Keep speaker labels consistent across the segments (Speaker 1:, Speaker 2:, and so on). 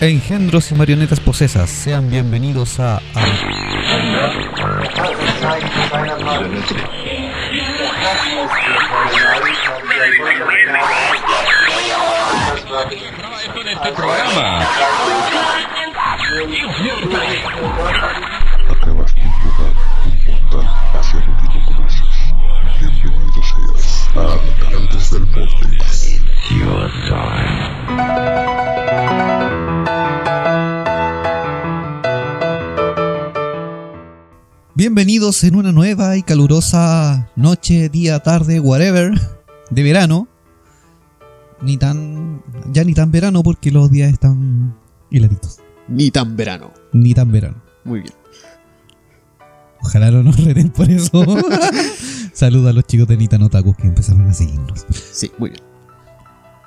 Speaker 1: Engendros y marionetas posesas, sean bienvenidos a...
Speaker 2: en este programa.
Speaker 3: Acabas de llegar un portal hacia lo que no conoces. Bienvenido seas a Habitantes del Vortex.
Speaker 1: Bienvenidos en una nueva y calurosa noche, día, tarde, whatever, de verano. Ni tan... ya ni tan verano porque los días están hiladitos.
Speaker 4: Ni tan verano.
Speaker 1: Ni tan verano.
Speaker 4: Muy bien.
Speaker 1: Ojalá no nos reten por eso. Saluda a los chicos de Nitan Otaku que empezaron a seguirnos.
Speaker 4: Sí, muy bien.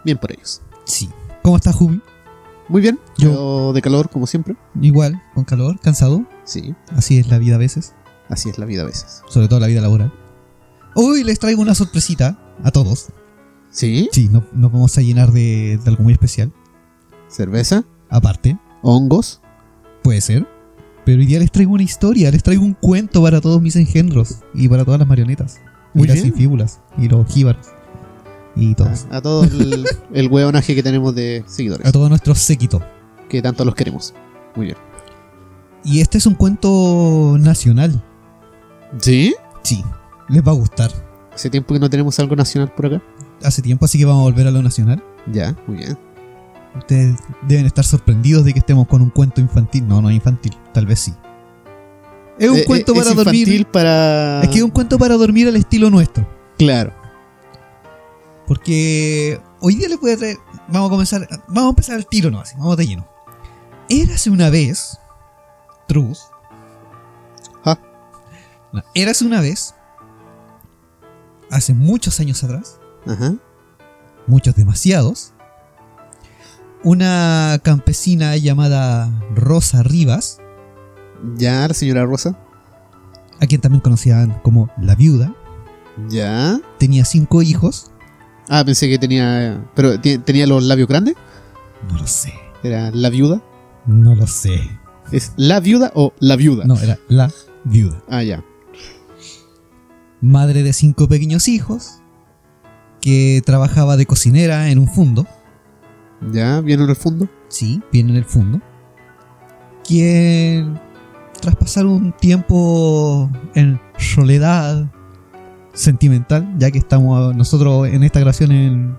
Speaker 4: Bien por ellos.
Speaker 1: Sí. ¿Cómo estás, Jumi?
Speaker 4: Muy bien.
Speaker 1: Yo-
Speaker 4: Yo, de calor, como siempre.
Speaker 1: Igual, con calor, cansado.
Speaker 4: Sí,
Speaker 1: Así es la vida a veces,
Speaker 4: así es la vida a veces.
Speaker 1: sobre todo la vida laboral. Hoy les traigo una sorpresita a todos.
Speaker 4: Sí,
Speaker 1: Sí, no- nos vamos a llenar de, de algo muy especial.
Speaker 4: cerveza,
Speaker 1: Aparte,
Speaker 4: hongos.
Speaker 1: puede ser. Pero hoy día les traigo una historia, les traigo un cuento para todos mis engendros y para todas las marionetas. Y
Speaker 4: Muy
Speaker 1: las
Speaker 4: bien. Ah,
Speaker 1: infíbulas y los jíbaros. Y todos.
Speaker 4: A, a todo el, el hueonaje que tenemos de seguidores.
Speaker 1: Ah. A todo nuestro séquito.
Speaker 4: Que tanto los queremos. Muy bien.
Speaker 1: Y este es un cuento nacional.
Speaker 4: ¿Sí?
Speaker 1: Sí, les va a gustar.
Speaker 4: Hace tiempo que no tenemos algo nacional por acá.
Speaker 1: Hace tiempo, así que vamos a volver a lo nacional.
Speaker 4: Ya, muy bien.
Speaker 1: Ustedes deben estar sorprendidos de que estemos con un cuento infantil. No, no es infantil, tal vez sí. Es un
Speaker 4: Eh,
Speaker 1: cuento
Speaker 4: eh,
Speaker 1: para
Speaker 4: es
Speaker 1: dormir.
Speaker 4: infantil para...
Speaker 1: Es que es un cuento para dormir al estilo nuestro.
Speaker 4: Claro.
Speaker 1: Porque hoy día les voy a traer. Vamos a comenzar. Vamos a empezar al tiro, no así. Vamos de lleno. Érase una vez. Truz.
Speaker 4: Ja.
Speaker 1: No, Érase una vez. Hace muchos años atrás.
Speaker 4: Ajá.
Speaker 1: muchos demasiados, una campesina llamada Rosa Rivas,
Speaker 4: Ya, la señora Rosa.
Speaker 1: a quien también conocían como la viuda,
Speaker 4: Ya.
Speaker 1: tenía cinco hijos,
Speaker 4: Ah, pensé que tenía... Pero ¿te- tenía los labios grandes.
Speaker 1: no lo sé,
Speaker 4: Era la viuda.
Speaker 1: no lo sé,
Speaker 4: ¿Es la viuda o la viuda?
Speaker 1: no, era la viuda,
Speaker 4: Ah, ya.
Speaker 1: madre de cinco pequeños hijos, que trabajaba de cocinera en un fundo,
Speaker 4: Ya, viene en el fondo.
Speaker 1: sí, bien en el fondo, quien tras pasar un tiempo en soledad sentimental, ya que estamos nosotros en esta grabación en,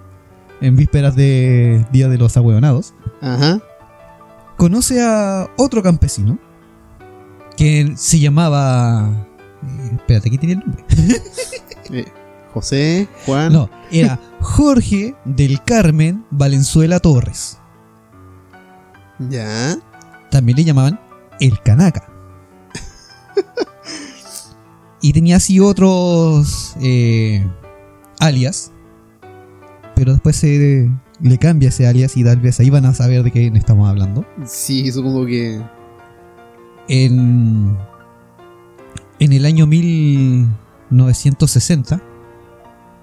Speaker 1: en vísperas de Día de los Ahueonados,
Speaker 4: Ajá.
Speaker 1: conoce a otro campesino que se llamaba... eh, Espérate, ¿qué tiene el nombre?
Speaker 4: Eh, José, Juan.
Speaker 1: No, era Jorge del Carmen Valenzuela Torres.
Speaker 4: Ya.
Speaker 1: También le llamaban el Canaca. y tenía así otros eh, alias. Pero después se le cambia ese alias y tal vez ahí van a saber de quién estamos hablando.
Speaker 4: Sí, supongo que.
Speaker 1: En, en el año 1960.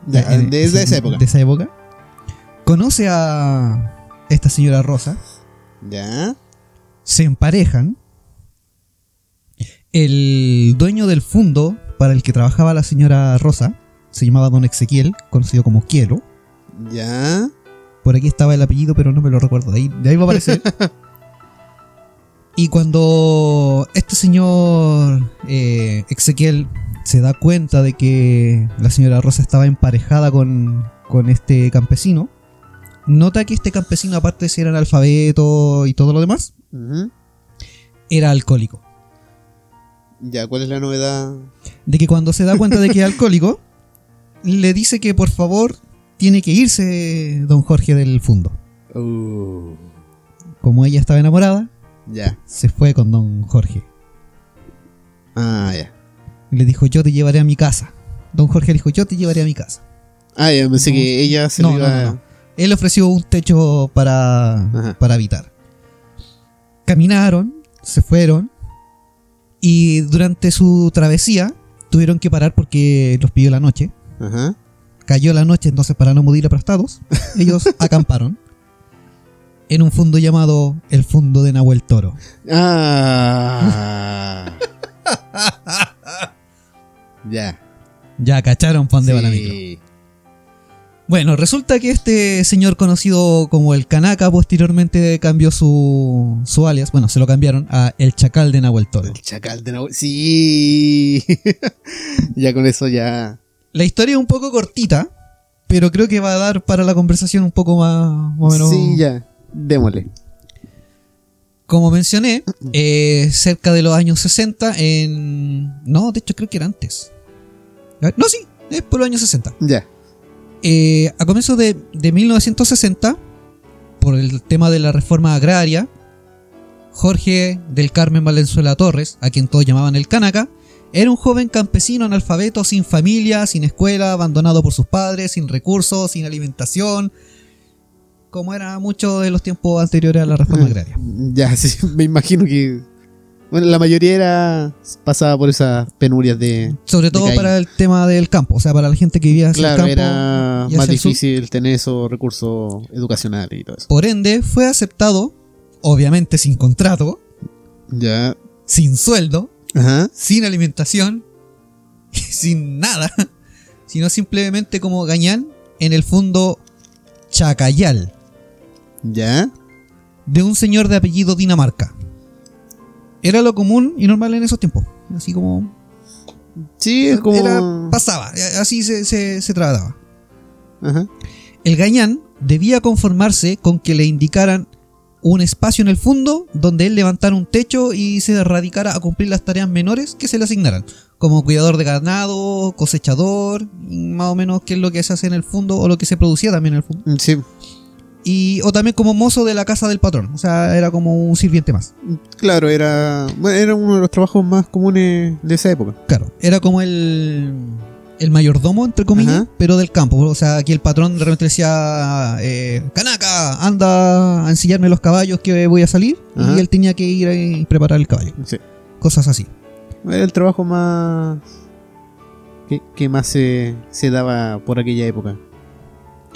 Speaker 4: Ya,
Speaker 1: eh,
Speaker 4: desde
Speaker 1: sí,
Speaker 4: esa época.
Speaker 1: De esa época. Conoce a esta señora Rosa.
Speaker 4: Ya.
Speaker 1: se emparejan. El dueño del fondo para el que trabajaba la señora Rosa se llamaba don Ezequiel, conocido como Quiero.
Speaker 4: Ya.
Speaker 1: Por aquí estaba el apellido, pero no me lo recuerdo. De ahí, de ahí va a aparecer. y cuando este señor eh, Ezequiel se da cuenta de que la señora Rosa estaba emparejada con, con este campesino, nota que este campesino, aparte de ser analfabeto y todo lo demás,
Speaker 4: Ujú.
Speaker 1: era alcohólico.
Speaker 4: Ya, ¿cuál es la novedad?
Speaker 1: de que cuando se da cuenta de que es alcohólico, le dice que por favor tiene que irse don Jorge del fondo.
Speaker 4: Uh,
Speaker 1: Como ella estaba enamorada,
Speaker 4: ya.
Speaker 1: se fue con don Jorge.
Speaker 4: Ah, ya.
Speaker 1: Y Le dijo, yo te llevaré a mi casa. Don Jorge le dijo, yo te llevaré a mi casa.
Speaker 4: Ah, ya, pensé
Speaker 1: No.
Speaker 4: que ella se
Speaker 1: No, no,
Speaker 4: lo iba
Speaker 1: no, no. Él le ofreció un techo para,
Speaker 4: Ajá.
Speaker 1: para habitar. Caminaron, se fueron y durante su travesía tuvieron que parar porque los pidió la noche.
Speaker 4: Ajá.
Speaker 1: Cayó la noche, entonces para no morir aplastados, ellos acamparon. en un fondo llamado el fondo de Nahuel Toro.
Speaker 4: Ah. ya.
Speaker 1: Ya cacharon pan de va la micro.
Speaker 4: Sí.
Speaker 1: Bueno, resulta que este señor conocido como el Kanaka posteriormente cambió su, su alias, bueno, se lo cambiaron a El Chacal de Nahuel Toro.
Speaker 4: El chacal de Nahuel. Sí. ya con eso ya.
Speaker 1: La historia es un poco cortita, pero creo que va a dar para la conversación un poco más, más o menos.
Speaker 4: Sí, ya. Démosle.
Speaker 1: Como mencioné, eh, cerca de los años 60, en. No, de hecho creo que era antes. A ver, No, sí, es por los años 60.
Speaker 4: Ya.
Speaker 1: Eh, a comienzos de, de 1960, por el tema de la reforma agraria, Jorge del Carmen Valenzuela Torres, a quien todos llamaban el Canaca, era un joven campesino analfabeto, sin familia, sin escuela, abandonado por sus padres, sin recursos, sin alimentación, como era mucho de los tiempos anteriores a la reforma agraria.
Speaker 4: Ya, sí. Me imagino que. Bueno, la mayoría era. Pasaba por esas penurias de.
Speaker 1: Sobre todo
Speaker 4: Decaído.
Speaker 1: para el tema del campo, o sea, para la gente que vivía en el
Speaker 4: Claro,
Speaker 1: campo.
Speaker 4: era
Speaker 1: y
Speaker 4: más
Speaker 1: hacia el sur.
Speaker 4: difícil tener esos recursos educacionales y todo eso.
Speaker 1: Por ende, fue aceptado, obviamente sin contrato,
Speaker 4: Ya.
Speaker 1: sin sueldo,
Speaker 4: Ajá.
Speaker 1: sin alimentación, sin nada, sino simplemente como gañán en el fondo Chacayal,
Speaker 4: Ya.
Speaker 1: de un señor de apellido Dinamarca. Era lo común y normal en esos tiempos. Así como.
Speaker 4: Sí, es como.
Speaker 1: era- pasaba, eh, así se, se, se trataba.
Speaker 4: Ajá.
Speaker 1: El gañán debía conformarse con que le indicaran un espacio en el fondo donde él levantara un techo y se radicara a cumplir las tareas menores que se le asignaran, como cuidador de ganado, cosechador, y más o menos qué es lo que se hace en el fondo o lo que se producía también en el fondo,
Speaker 4: Sí,
Speaker 1: y o también como mozo de la casa del patrón, o sea, era como un sirviente más.
Speaker 4: claro, era. Bueno, era uno de los trabajos más comunes de esa época.
Speaker 1: Claro, era como el, el mayordomo, entre comillas,
Speaker 4: Ajá.
Speaker 1: pero del campo. O sea, aquí el patrón de repente le decía, eh, Canaca, anda a ensillarme los caballos que voy a salir.
Speaker 4: Ajá.
Speaker 1: Y él tenía que ir ahí y preparar el caballo.
Speaker 4: Sí.
Speaker 1: Cosas así.
Speaker 4: Era el trabajo más. que, que más se, se daba por aquella época.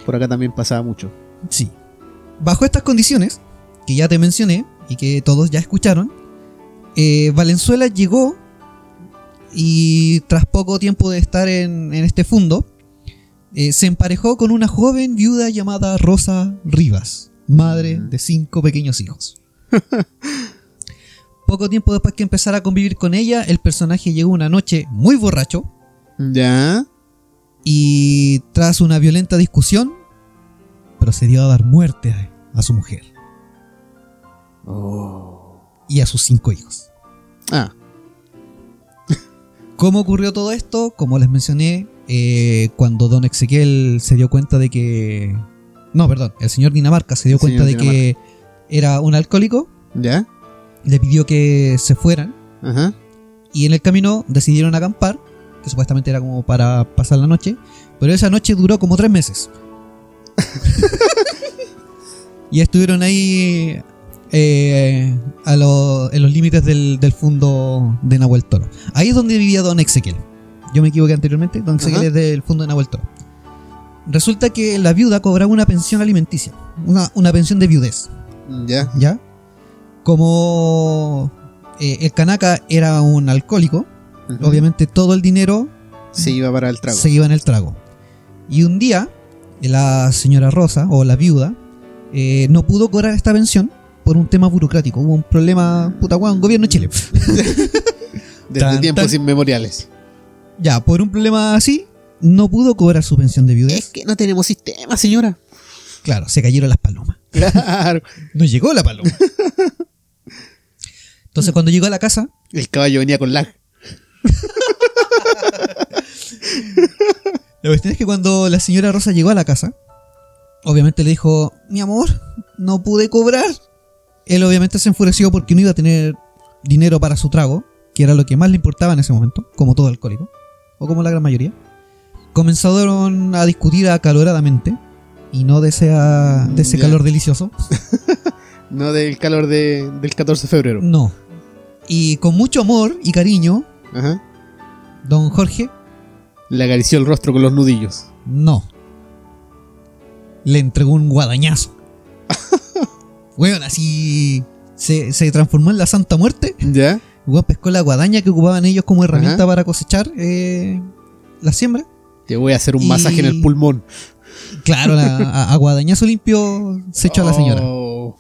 Speaker 4: Por acá también pasaba mucho.
Speaker 1: Sí. Bajo estas condiciones, que ya te mencioné y que todos ya escucharon, eh, Valenzuela llegó y tras poco tiempo de estar en, en este fondo, eh, se emparejó con una joven viuda llamada Rosa Rivas, madre de cinco pequeños hijos. Poco tiempo después que empezara a convivir con ella, el personaje llegó una noche muy borracho,
Speaker 4: Ya.
Speaker 1: y tras una violenta discusión, procedió a dar muerte a, a su mujer
Speaker 4: Oh.
Speaker 1: y a sus cinco hijos.
Speaker 4: Ah,
Speaker 1: ¿Cómo ocurrió todo esto? Como les mencioné, eh, cuando don Ezequiel se dio cuenta de que... No, perdón, el señor Dinamarca se dio
Speaker 4: El
Speaker 1: cuenta de
Speaker 4: señor
Speaker 1: que era un alcohólico,
Speaker 4: ya.
Speaker 1: le pidió que se fueran
Speaker 4: Ajá.
Speaker 1: y en el camino decidieron acampar, que supuestamente era como para pasar la noche, pero esa noche duró como tres meses. y estuvieron ahí eh, a lo- en los límites del, del fondo de Nahuel Toro. Ahí es donde vivía Don Ezequiel. Yo me equivoqué anteriormente, Don Ezequiel
Speaker 4: Ajá.
Speaker 1: es del fondo de Nahuel Toro. Resulta que la viuda cobraba una pensión alimenticia, una, una pensión de viudez.
Speaker 4: Ya.
Speaker 1: ¿ya? Como eh, el Kanaka era un alcohólico,
Speaker 4: Ujú.
Speaker 1: obviamente todo el dinero
Speaker 4: Se iba para el trago.
Speaker 1: se iba en el trago. Y un día, la señora Rosa, o la viuda, eh, no pudo cobrar esta pensión por un tema burocrático. Hubo un problema, puta guau, un gobierno de Chile.
Speaker 4: Desde
Speaker 1: Tan,
Speaker 4: tiempos
Speaker 1: tan.
Speaker 4: inmemoriales.
Speaker 1: ya, por un problema así, no pudo cobrar su pensión de
Speaker 4: Es
Speaker 1: viudez.
Speaker 4: que no tenemos sistema, señora.
Speaker 1: Claro, se cayeron las palomas.
Speaker 4: Claro.
Speaker 1: No llegó la paloma. Entonces, cuando llegó a la casa,
Speaker 4: El caballo venía con lag.
Speaker 1: La cuestión es que cuando la señora Rosa llegó a la casa, obviamente le dijo, mi amor, no pude cobrar. Él obviamente se enfureció porque no iba a tener dinero para su trago, que era lo que más le importaba en ese momento, como todo alcohólico, o como la gran mayoría. Comenzaron a discutir acaloradamente, y no de, esa- de ese
Speaker 4: Ya.
Speaker 1: calor delicioso,
Speaker 4: No del calor de- del 14 de febrero.
Speaker 1: no. Y con mucho amor y cariño,
Speaker 4: Ajá.
Speaker 1: don Jorge,
Speaker 4: Le acarició el rostro con los nudillos.
Speaker 1: no. Le entregó un guadañazo. Weón, así se, se transformó en la Santa Muerte.
Speaker 4: ¿Ya?
Speaker 1: Weón pescó la guadaña que ocupaban ellos como herramienta para cosechar eh, la siembra.
Speaker 4: Te voy a hacer un
Speaker 1: Y-
Speaker 4: masaje en el pulmón.
Speaker 1: Claro, la- a, a guadañazo limpio se echó a la señora.
Speaker 4: Oh.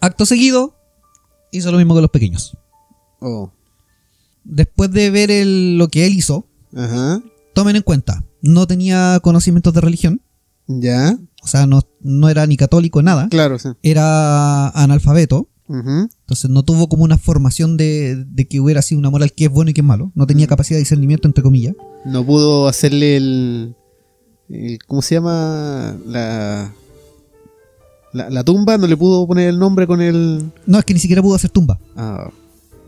Speaker 1: Acto seguido, hizo lo mismo con los pequeños.
Speaker 4: Oh.
Speaker 1: Después de ver el- lo que él hizo,
Speaker 4: Ajá.
Speaker 1: tomen en cuenta, no tenía conocimientos de religión,
Speaker 4: ¿Ya?
Speaker 1: o sea, no, no era ni católico, nada.
Speaker 4: Claro, sí.
Speaker 1: Era analfabeto,
Speaker 4: Ujú.
Speaker 1: entonces no tuvo como una formación de, de que hubiera sido una moral que es bueno y que es malo. No
Speaker 4: Mm.
Speaker 1: tenía capacidad de discernimiento, entre comillas.
Speaker 4: No pudo hacerle el, el- ¿Cómo se llama? La, la. la tumba, no le pudo poner el nombre con el.
Speaker 1: No, es que ni siquiera pudo hacer tumba.
Speaker 4: Ah,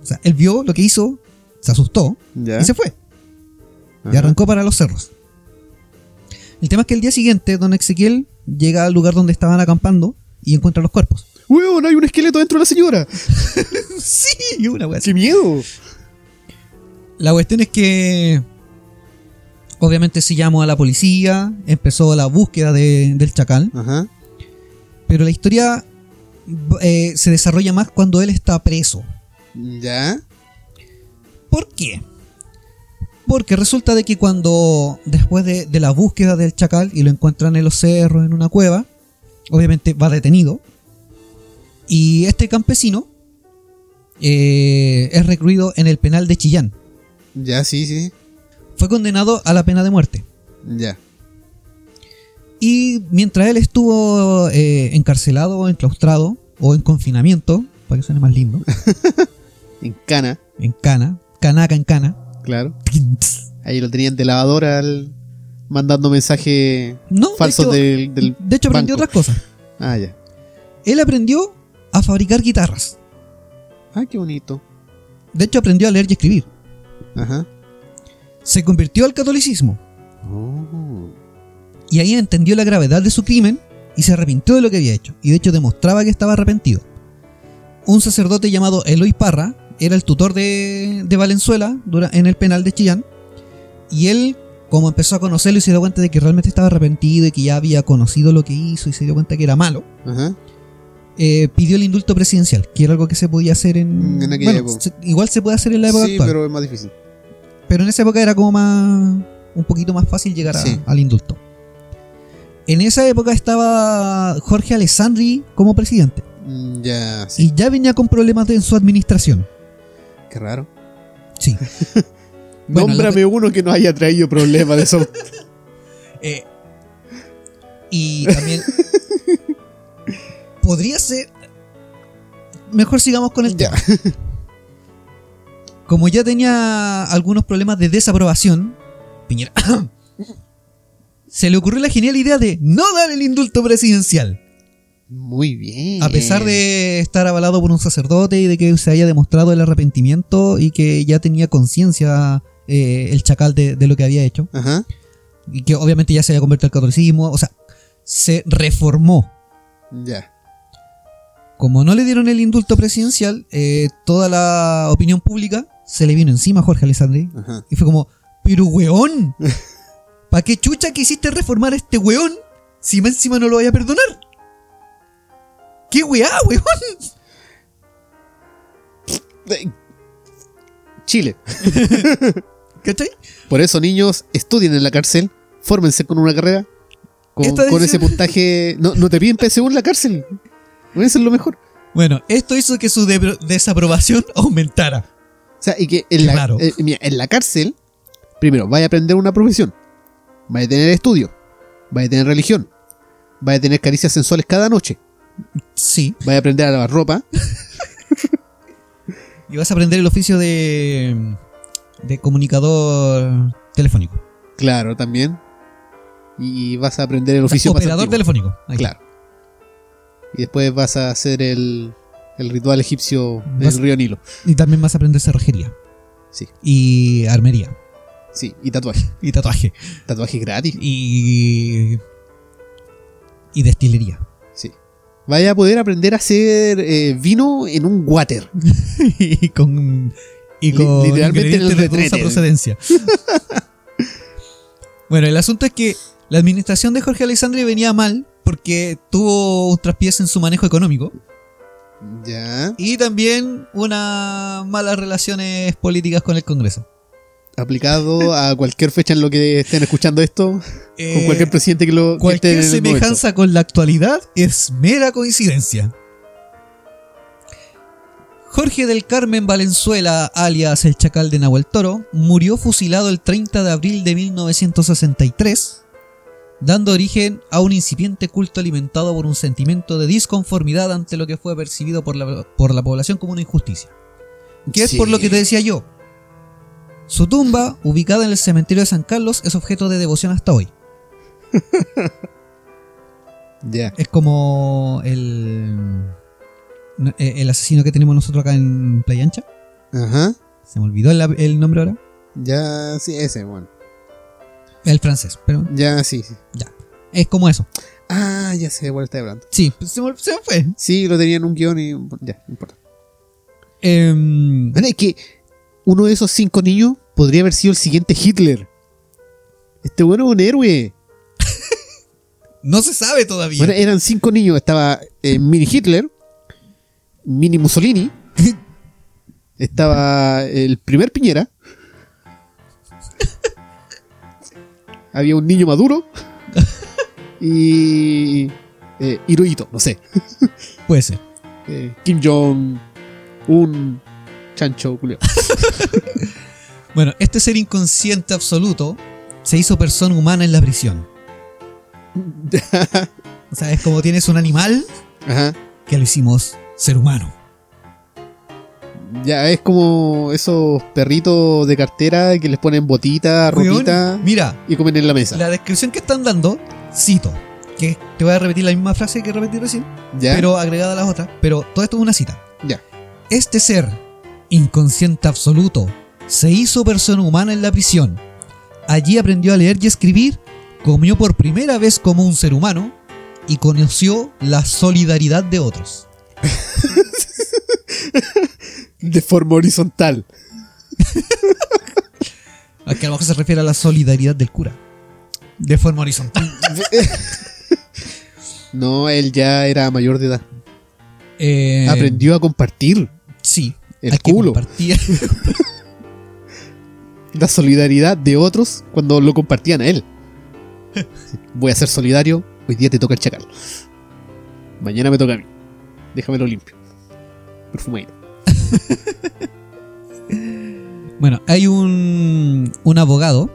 Speaker 1: O sea, él vio lo que hizo, se asustó
Speaker 4: ya.
Speaker 1: y se fue. Y
Speaker 4: Ajá.
Speaker 1: arrancó para los cerros. El tema es que el día siguiente, don Ezequiel llega al lugar donde estaban acampando y encuentra los cuerpos.
Speaker 4: ¡Huevón! Hay un esqueleto dentro de la señora.
Speaker 1: sí, una wea así.
Speaker 4: ¡Qué miedo!
Speaker 1: La cuestión es que. Obviamente se llamó a la policía, empezó la búsqueda de- del chacal,
Speaker 4: Ajá.
Speaker 1: pero la historia eh, se desarrolla más cuando él está preso.
Speaker 4: ¿Ya?
Speaker 1: ¿Por qué? Porque resulta de que cuando, después de, de la búsqueda del chacal y lo encuentran en los cerros, en una cueva, obviamente va detenido. Y este campesino eh, es recluido en el penal de Chillán.
Speaker 4: Ya, sí, sí.
Speaker 1: Fue condenado a la pena de muerte.
Speaker 4: Ya.
Speaker 1: Y mientras él estuvo eh, encarcelado, o enclaustrado o en confinamiento, para que suene más lindo,
Speaker 4: En cana,
Speaker 1: en cana, canaca en cana.
Speaker 4: claro. Ahí lo tenían de lavadora al- mandando mensaje
Speaker 1: No,
Speaker 4: falsos
Speaker 1: de hecho,
Speaker 4: del, del.
Speaker 1: de hecho aprendió
Speaker 4: banco.
Speaker 1: otras cosas.
Speaker 4: Ah, ya.
Speaker 1: Él aprendió a fabricar guitarras.
Speaker 4: Ah, qué bonito.
Speaker 1: De hecho, aprendió a leer y escribir.
Speaker 4: Ajá.
Speaker 1: Se convirtió al catolicismo.
Speaker 4: Oh.
Speaker 1: Y ahí entendió la gravedad de su crimen y se arrepintió de lo que había hecho. Y de hecho demostraba que estaba arrepentido. Un sacerdote llamado Eloy Parra era el tutor de, de Valenzuela dura- en el penal de Chillán. Y él, como empezó a conocerlo y se dio cuenta de que realmente estaba arrepentido y que ya había conocido lo que hizo y se dio cuenta que era malo,
Speaker 4: Ajá.
Speaker 1: eh, pidió el indulto presidencial, que era algo que se podía hacer en...
Speaker 4: En aquella
Speaker 1: bueno,
Speaker 4: época.
Speaker 1: se- igual se puede hacer en la época
Speaker 4: Sí,
Speaker 1: actual.
Speaker 4: pero es más difícil.
Speaker 1: Pero en esa época era como más. un poquito más fácil llegar a-
Speaker 4: Sí.
Speaker 1: al indulto. En esa época estaba Jorge Alessandri como presidente.
Speaker 4: Mm, Ya, sí.
Speaker 1: Y ya venía con problemas de- en su administración.
Speaker 4: Qué raro.
Speaker 1: Sí. Bueno,
Speaker 4: Nómbrame uno que no haya traído problemas de eso.
Speaker 1: Eh, y también. podría ser. Mejor sigamos con el
Speaker 4: Ya.
Speaker 1: tema. Como ya tenía algunos problemas de desaprobación, Piñera. se le ocurrió la genial idea de no dar el indulto presidencial.
Speaker 4: Muy bien.
Speaker 1: A pesar de estar avalado por un sacerdote y de que se haya demostrado el arrepentimiento y que ya tenía conciencia eh, el chacal de- de lo que había hecho
Speaker 4: Ajá.
Speaker 1: y que obviamente ya se había convertido al catolicismo, o sea, se reformó.
Speaker 4: Ya.
Speaker 1: Como no le dieron el indulto presidencial, eh, toda la opinión pública se le vino encima a Jorge Alessandri
Speaker 4: Ajá.
Speaker 1: y fue como, pero weón, ¿para qué chucha quisiste reformar a este weón si más encima no lo vaya a perdonar? ¿Qué weá, weón?
Speaker 4: Eh, Chile.
Speaker 1: ¿Cachai?
Speaker 4: Por eso, niños, estudien en la cárcel, fórmense con una carrera. Con,
Speaker 1: Esta
Speaker 4: con ese
Speaker 1: decisión-
Speaker 4: puntaje. No, no te piden PSU en la cárcel. Eso es lo mejor.
Speaker 1: Bueno, esto hizo que su de- desaprobación aumentara.
Speaker 4: O sea, y que en la,
Speaker 1: Claro.
Speaker 4: eh, mira, en la cárcel, primero, vaya a aprender una profesión, vaya a tener estudio, vaya a tener religión, vaya a tener caricias sensuales cada noche,
Speaker 1: Sí,
Speaker 4: vaya a aprender a lavar ropa.
Speaker 1: y vas a aprender el oficio de, de comunicador telefónico.
Speaker 4: Claro, también. Y vas a aprender el oficio más
Speaker 1: operador
Speaker 4: antiguo.
Speaker 1: telefónico. Ahí.
Speaker 4: Claro. Y después vas a hacer el, el ritual egipcio del
Speaker 1: Vas-
Speaker 4: río Nilo.
Speaker 1: Y también vas a aprender cerrajería.
Speaker 4: Sí.
Speaker 1: Y armería.
Speaker 4: Sí, y tatuaje.
Speaker 1: Y tatuaje.
Speaker 4: Tatuaje gratis.
Speaker 1: Y. Y destilería.
Speaker 4: Sí. Vaya a poder aprender a hacer eh, vino en un water.
Speaker 1: y con. Y
Speaker 4: Li-
Speaker 1: con.
Speaker 4: literalmente en el
Speaker 1: ingredientes de dudosa
Speaker 4: retrete.
Speaker 1: procedencia. bueno, el asunto es que la administración de Jorge Alessandri venía mal porque tuvo un traspiés en su manejo económico
Speaker 4: Ya.
Speaker 1: y también unas malas relaciones políticas con el Congreso.
Speaker 4: Aplicado a cualquier fecha en lo que estén escuchando esto, con
Speaker 1: Eh,
Speaker 4: cualquier presidente que lo que
Speaker 1: cualquier
Speaker 4: esté en el
Speaker 1: semejanza con la actualidad es mera coincidencia. Jorge del Carmen Valenzuela, alias el Chacal de Nahuel Toro, murió fusilado el 30 de abril de 1963, dando origen a un incipiente culto alimentado por un sentimiento de disconformidad ante lo que fue percibido por la, por la población como una injusticia.
Speaker 4: momento.
Speaker 1: Que es por
Speaker 4: Sí.
Speaker 1: lo que te decía yo. Su tumba, ubicada en el cementerio de San Carlos, es objeto de devoción hasta hoy.
Speaker 4: Ya.
Speaker 1: Es como el, eh, el asesino que tenemos nosotros acá en Playa Ancha.
Speaker 4: Ajá.
Speaker 1: Se me olvidó el, el nombre ahora.
Speaker 4: Ya, sí, ese, bueno.
Speaker 1: El francés, pero
Speaker 4: Ya, sí. sí.
Speaker 1: es como eso.
Speaker 4: Ah, ya sé de cuál está hablando.
Speaker 1: Sí, pues, se me, se me fue.
Speaker 4: Sí, lo tenía en un guión y. Ya, no importa.
Speaker 1: Em,
Speaker 4: Bueno, es que uno de esos cinco niños podría haber sido el siguiente Hitler. Este bueno es un héroe.
Speaker 1: no se sabe todavía.
Speaker 4: Bueno, eh, eran cinco niños. Estaba eh, Mini Hitler, Mini Mussolini, estaba el primer Piñera. Había un niño maduro y eh, Hirohito, no sé.
Speaker 1: Puede ser.
Speaker 4: Eh, Kim Jong, un chancho culiao.
Speaker 1: Bueno, este ser inconsciente absoluto se hizo persona humana en la prisión. O sea, es como tienes un animal
Speaker 4: Ajá.
Speaker 1: que lo hicimos ser humano.
Speaker 4: Ya es como esos perritos de cartera que les ponen botita, ropita
Speaker 1: Weón, Mira,
Speaker 4: y comen en la mesa.
Speaker 1: La descripción que están dando, cito, que te voy a repetir la misma frase que repetí recién,
Speaker 4: ya,
Speaker 1: pero agregada a las otras, pero todo esto es una cita.
Speaker 4: Ya.
Speaker 1: Este ser, inconsciente absoluto, se hizo persona humana en la prisión. Allí aprendió a leer y escribir, comió por primera vez como un ser humano y conoció la solidaridad de otros.
Speaker 4: de forma horizontal.
Speaker 1: A que a lo mejor se refiere a la solidaridad del cura. De forma horizontal.
Speaker 4: no, él ya era mayor de edad.
Speaker 1: Eh,
Speaker 4: Aprendió a compartir
Speaker 1: Sí.
Speaker 4: el
Speaker 1: hay que
Speaker 4: culo.
Speaker 1: compartir.
Speaker 4: la solidaridad de otros cuando lo compartían a él. Voy a ser solidario, hoy día te toca el chacal. Mañana me toca a mí. Déjamelo limpio. Perfumadito.
Speaker 1: Bueno, hay un, un abogado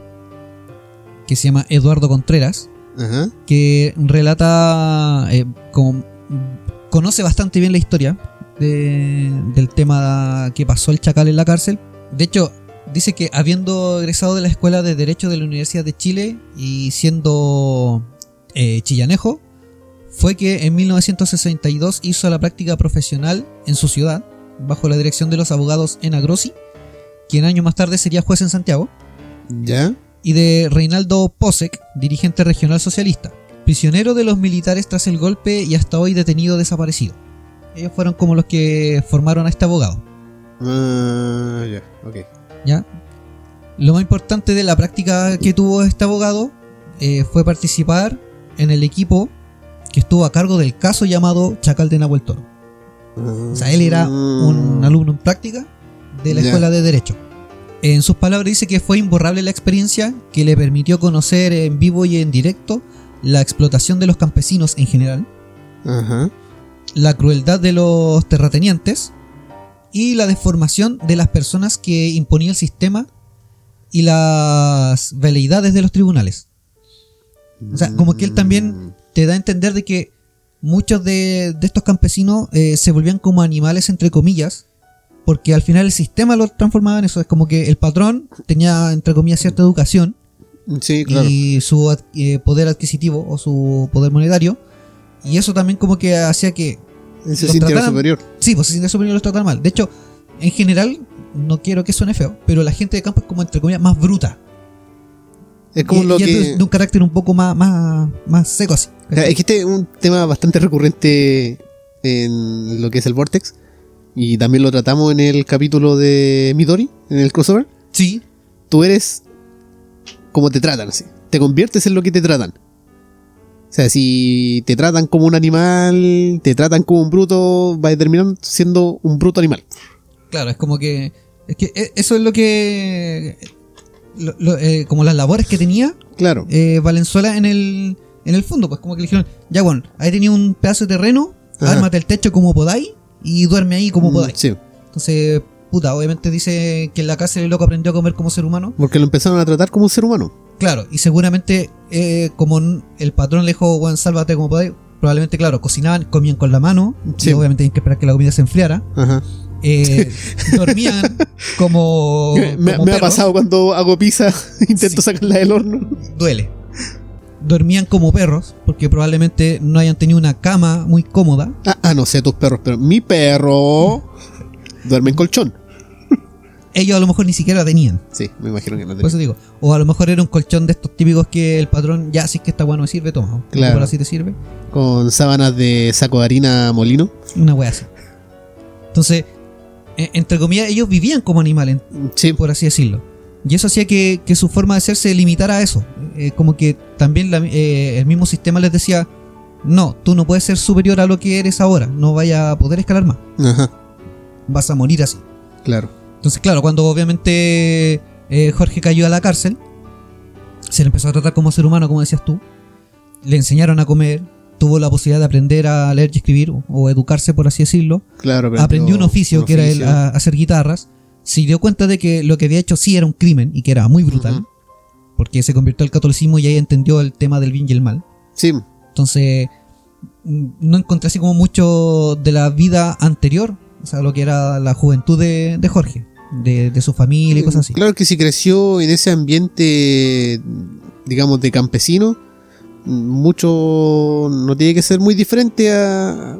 Speaker 1: que se llama Eduardo Contreras
Speaker 4: Ajá.
Speaker 1: que relata, eh, como- conoce bastante bien la historia de- del tema que pasó el chacal en la cárcel. De hecho, dice que habiendo egresado de la Escuela de Derecho de la Universidad de Chile y siendo eh, chillanejo, fue que en 1962 hizo la práctica profesional en su ciudad, bajo la dirección de los abogados Ena Grossi, quien años más tarde sería juez en Santiago
Speaker 4: ¿Ya?
Speaker 1: y de Reinaldo Posek, dirigente regional socialista, prisionero de los militares tras el golpe y hasta hoy detenido desaparecido. Ellos fueron como los que formaron a este abogado.
Speaker 4: Ah, ya, ok.
Speaker 1: ¿ya? Lo más importante de la práctica que tuvo este abogado eh, fue participar en el equipo que estuvo a cargo del caso llamado Chacal de Nahuel Toro.
Speaker 4: Ah.
Speaker 1: O sea, él era un alumno en práctica de la
Speaker 4: Mm. Ya.
Speaker 1: escuela de Derecho. En sus palabras dice que fue imborrable la experiencia que le permitió conocer en vivo y en directo la explotación de los campesinos en general,
Speaker 4: Ajá.
Speaker 1: la crueldad de los terratenientes y la deformación de las personas que imponía el sistema y las veleidades de los tribunales. O sea, como que él también te da a entender de que muchos de, de estos campesinos eh, se volvían como animales, entre comillas, porque al final el sistema lo transformaba en eso. Es como que el patrón tenía, entre comillas, cierta educación
Speaker 4: Mm, Sí, claro.
Speaker 1: y su ad- eh, poder adquisitivo o su poder monetario. Y eso también como que hacía que,
Speaker 4: Él se
Speaker 1: los
Speaker 4: sintiera
Speaker 1: trataban-
Speaker 4: superior.
Speaker 1: sí, pues si de superior los tratan mal. De hecho, en general, no quiero que suene feo, pero la gente de campo es como, entre comillas, más bruta.
Speaker 4: Es como
Speaker 1: Y-
Speaker 4: lo
Speaker 1: y
Speaker 4: que.
Speaker 1: es de un carácter un poco más, más, más seco así.
Speaker 4: O sea, es que este es un tema bastante recurrente en lo que es el Vortex. Y también lo tratamos en el capítulo de Midori, en el crossover.
Speaker 1: Sí,
Speaker 4: Tú eres como te tratan, así. Te conviertes en lo que te tratan. sea, si te tratan como un animal, te tratan como un bruto, va a terminar siendo un bruto animal.
Speaker 1: Claro, es como que. Es que eh, eso es lo que. lo- lo, eh, como las labores que tenía
Speaker 4: Claro.
Speaker 1: eh, Valenzuela en el, en el fondo, pues como que le dijeron, ya bueno, ahí tenía un pedazo de terreno,
Speaker 4: Ajá.
Speaker 1: ármate el techo como podáis y duerme ahí como
Speaker 4: Mm,
Speaker 1: podáis.
Speaker 4: Sí,
Speaker 1: Entonces, puta, obviamente dice que en la casa el loco aprendió a comer como ser humano.
Speaker 4: porque lo empezaron a tratar como un ser humano.
Speaker 1: Claro, y seguramente eh, como n- el patrón le dijo, bueno, sálvate como podáis, probablemente, claro, cocinaban, comían con la mano,
Speaker 4: Sí.
Speaker 1: y obviamente tienen que esperar que la comida se enfriara.
Speaker 4: Ajá.
Speaker 1: Eh, dormían como...
Speaker 4: me me
Speaker 1: como
Speaker 4: ha
Speaker 1: perros.
Speaker 4: pasado cuando hago pizza, intento sacarla del horno.
Speaker 1: duele. Dormían como perros, porque probablemente no hayan tenido una cama muy cómoda.
Speaker 4: Ah, ah, no sé tus perros, pero mi perro duerme en colchón.
Speaker 1: Ellos a lo mejor ni siquiera la tenían.
Speaker 4: Sí, me imagino que no
Speaker 1: Por eso
Speaker 4: tenía.
Speaker 1: digo. O a lo mejor era un colchón de estos típicos que el patrón, ya, si es que esta weá no me sirve, toma.
Speaker 4: Claro.
Speaker 1: Claro. así te sirve.
Speaker 4: Con sábanas de saco de harina molino.
Speaker 1: Una weá así. Entonces, e- entre comillas, ellos vivían como animales,
Speaker 4: Sí,
Speaker 1: por así decirlo. Y eso hacía que, que su forma de ser se limitara a eso. Eh, como que también la- eh, el mismo sistema les decía, no, tú no puedes ser superior a lo que eres ahora, no vaya a poder escalar más,
Speaker 4: ajá,
Speaker 1: vas a morir así.
Speaker 4: claro.
Speaker 1: Entonces, claro, cuando obviamente eh, Jorge cayó a la cárcel, se le empezó a tratar como ser humano, como decías tú. Le enseñaron a comer, tuvo la posibilidad de aprender a leer y escribir, o, o educarse, por así decirlo.
Speaker 4: Claro,
Speaker 1: Aprendió, un oficio,
Speaker 4: un
Speaker 1: que era el ah,
Speaker 4: oficio.
Speaker 1: a- hacer guitarras. Se dio cuenta de que lo que había hecho sí era un crimen y que era muy brutal,
Speaker 4: Ujú.
Speaker 1: porque se convirtió al catolicismo y ahí entendió el tema del bien y el mal.
Speaker 4: Sí,
Speaker 1: Entonces, mm, no encontré así como mucho de la vida anterior, o sea, lo que era la juventud de, de Jorge, de, de su familia y cosas así.
Speaker 4: Claro que si creció en ese ambiente, digamos, de campesino, mucho no tiene que ser muy diferente a,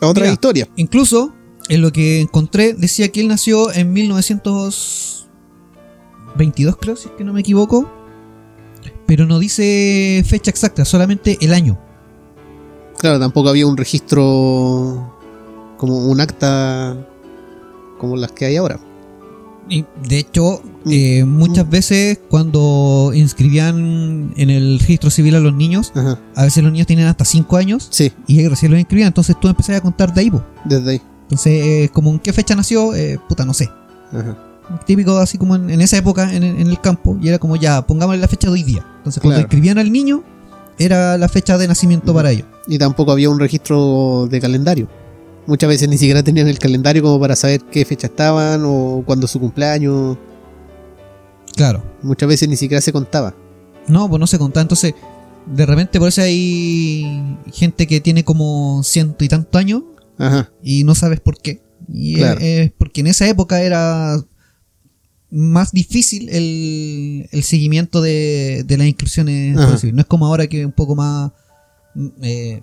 Speaker 4: a otra
Speaker 1: Mira.
Speaker 4: historia.
Speaker 1: Incluso, en lo que encontré, decía que él nació en 1922, creo, si es que no me equivoco, pero no dice fecha exacta, solamente el año.
Speaker 4: Claro, tampoco había un registro como un acta como las que hay ahora.
Speaker 1: Y de hecho, eh, muchas veces cuando inscribían en el registro civil a los niños,
Speaker 4: Ajá.
Speaker 1: a veces los niños tienen hasta 5 años
Speaker 4: Sí,
Speaker 1: y recién los inscribían, entonces tú empezás a contar de ahí. po.
Speaker 4: desde ahí.
Speaker 1: Entonces, eh, como en qué fecha nació, eh, puta, no sé.
Speaker 4: Ajá.
Speaker 1: Típico así como en, en esa época en, en el campo, y era como ya, pongámosle la fecha de hoy día. Entonces, cuando
Speaker 4: Claro.
Speaker 1: escribían al niño, era la fecha de nacimiento
Speaker 4: Ujú.
Speaker 1: para ellos.
Speaker 4: Y tampoco había un registro de calendario. Muchas veces ni siquiera tenían el calendario como para saber qué fecha estaban o cuándo su cumpleaños.
Speaker 1: Claro.
Speaker 4: Muchas veces ni siquiera se contaba.
Speaker 1: No, pues no se contaba. Entonces, de repente, por eso hay gente que tiene como ciento y tanto años
Speaker 4: Ajá.
Speaker 1: y no sabes por qué. Y
Speaker 4: Claro.
Speaker 1: es- es porque en esa época era más difícil el, el seguimiento de, de las inscripciones. por
Speaker 4: Ajá.
Speaker 1: decir. No es como ahora que es un poco más... mm, eh,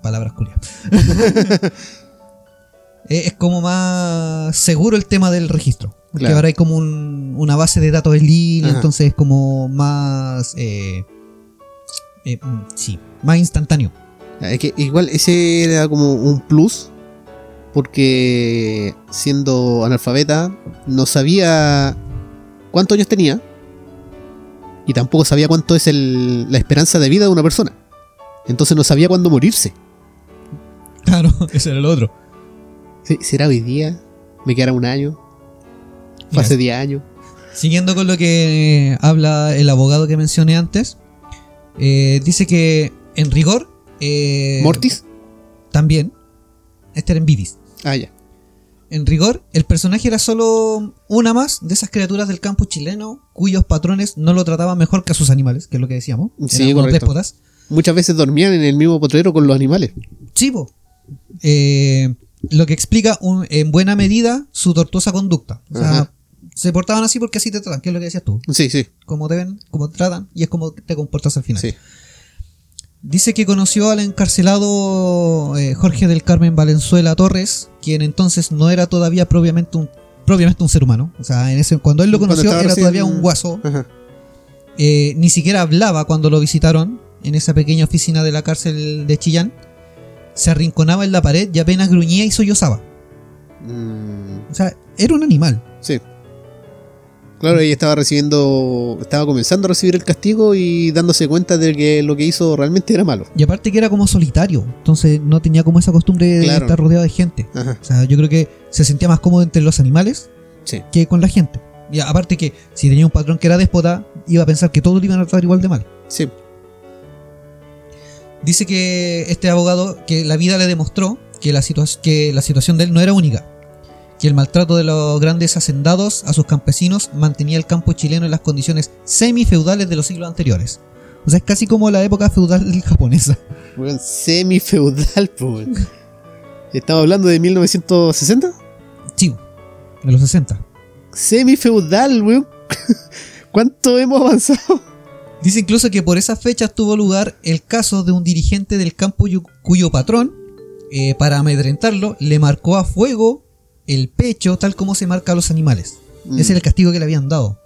Speaker 1: palabras culiadas. Eh, es como más seguro el tema del registro. Porque
Speaker 4: Claro.
Speaker 1: ahora hay como un- una base de datos en línea,
Speaker 4: Ajá.
Speaker 1: entonces es como más... eh, eh, mm, sí, más instantáneo.
Speaker 4: Ya, Es que igual ese era como un plus. Porque siendo analfabeta, no sabía cuántos años tenía. Y tampoco sabía cuánto es el- la esperanza de vida de una persona. Entonces no sabía cuándo morirse.
Speaker 1: Claro, ese era el otro.
Speaker 4: Sí, ¿Será hoy día? ¿Me quedará un año? ¿Fue
Speaker 1: Mira,
Speaker 4: hace 10 años?
Speaker 1: Siguiendo con lo que eh, habla el abogado que mencioné antes, eh, dice que en rigor. eh,
Speaker 4: ¿Mortis?
Speaker 1: También. Este era en Bidis.
Speaker 4: Ah, ya.
Speaker 1: En rigor, el personaje era solo una más de esas criaturas del campo chileno cuyos patrones no lo trataban mejor que a sus animales, que es lo que decíamos.
Speaker 4: Sí,
Speaker 1: Eran unos
Speaker 4: correcto.
Speaker 1: déspotas.
Speaker 4: Muchas veces dormían en el mismo potrero con los animales.
Speaker 1: Chivo. Eh, lo que explica un- en buena medida su tortuosa conducta. O sea,
Speaker 4: Ajá.
Speaker 1: se portaban así porque así te tratan, que es lo que decías tú.
Speaker 4: Sí, sí,
Speaker 1: Como te ven, como te tratan y es como te comportas al final.
Speaker 4: sí.
Speaker 1: Dice que conoció al encarcelado eh, Jorge del Carmen Valenzuela Torres, quien entonces no era todavía propiamente un, propiamente un ser humano. O sea, en ese, cuando él lo
Speaker 4: Cuando
Speaker 1: conoció
Speaker 4: estaba
Speaker 1: era
Speaker 4: recién-
Speaker 1: todavía un guaso.
Speaker 4: Ajá.
Speaker 1: Eh, ni siquiera hablaba cuando lo visitaron en esa pequeña oficina de la cárcel de Chillán. Se arrinconaba en la pared y apenas gruñía y sollozaba.
Speaker 4: Mm,
Speaker 1: O sea, era un animal.
Speaker 4: sí. Claro, ella estaba recibiendo, estaba comenzando a recibir el castigo y dándose cuenta de que lo que hizo realmente era malo.
Speaker 1: Y aparte que era como solitario, entonces no tenía como esa costumbre de
Speaker 4: Claro.
Speaker 1: estar rodeado de gente.
Speaker 4: Ajá.
Speaker 1: O sea, yo creo que se sentía más cómodo entre los animales
Speaker 4: Sí.
Speaker 1: que con la gente. Y aparte que si tenía un patrón que era déspota, iba a pensar que todos le iban a tratar igual de mal.
Speaker 4: Sí.
Speaker 1: Dice que este abogado, que la vida le demostró que la, situa- que la situación de él no era única, que el maltrato de los grandes hacendados a sus campesinos mantenía el campo chileno en las condiciones semi-feudales de los siglos anteriores. O sea, es casi como la época feudal japonesa.
Speaker 4: Weón, semi-feudal, po, weón. Estamos hablando de 1960.
Speaker 1: Sí, de los 60.
Speaker 4: Semi-feudal, weón. ¿Cuánto hemos avanzado?
Speaker 1: Dice incluso que por esas fechas tuvo lugar el caso de un dirigente del campo yu- cuyo patrón, eh, para amedrentarlo, le marcó a fuego el pecho tal como se marca a los animales.
Speaker 4: Mm.
Speaker 1: Ese era el castigo que le habían dado.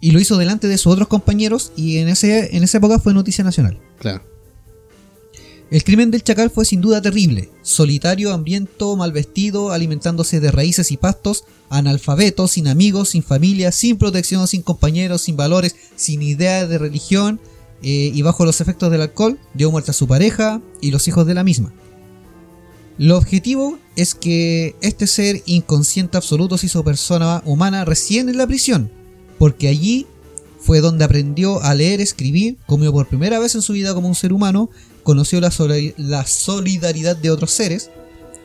Speaker 1: Y lo hizo delante de sus otros compañeros y en, ese, en esa época fue noticia nacional.
Speaker 4: Claro.
Speaker 1: El crimen del chacal fue sin duda terrible. Solitario, hambriento, mal vestido, alimentándose de raíces y pastos, analfabeto, sin amigos, sin familia, sin protección, sin compañeros, sin valores, sin idea de religión eh, y bajo los efectos del alcohol, dio muerte a su pareja y los hijos de la misma. Lo objetivo es que este ser inconsciente absoluto se hizo persona humana recién en la prisión, porque allí fue donde aprendió a leer, escribir, comió por primera vez en su vida como un ser humano, conoció la, soli- la solidaridad de otros seres,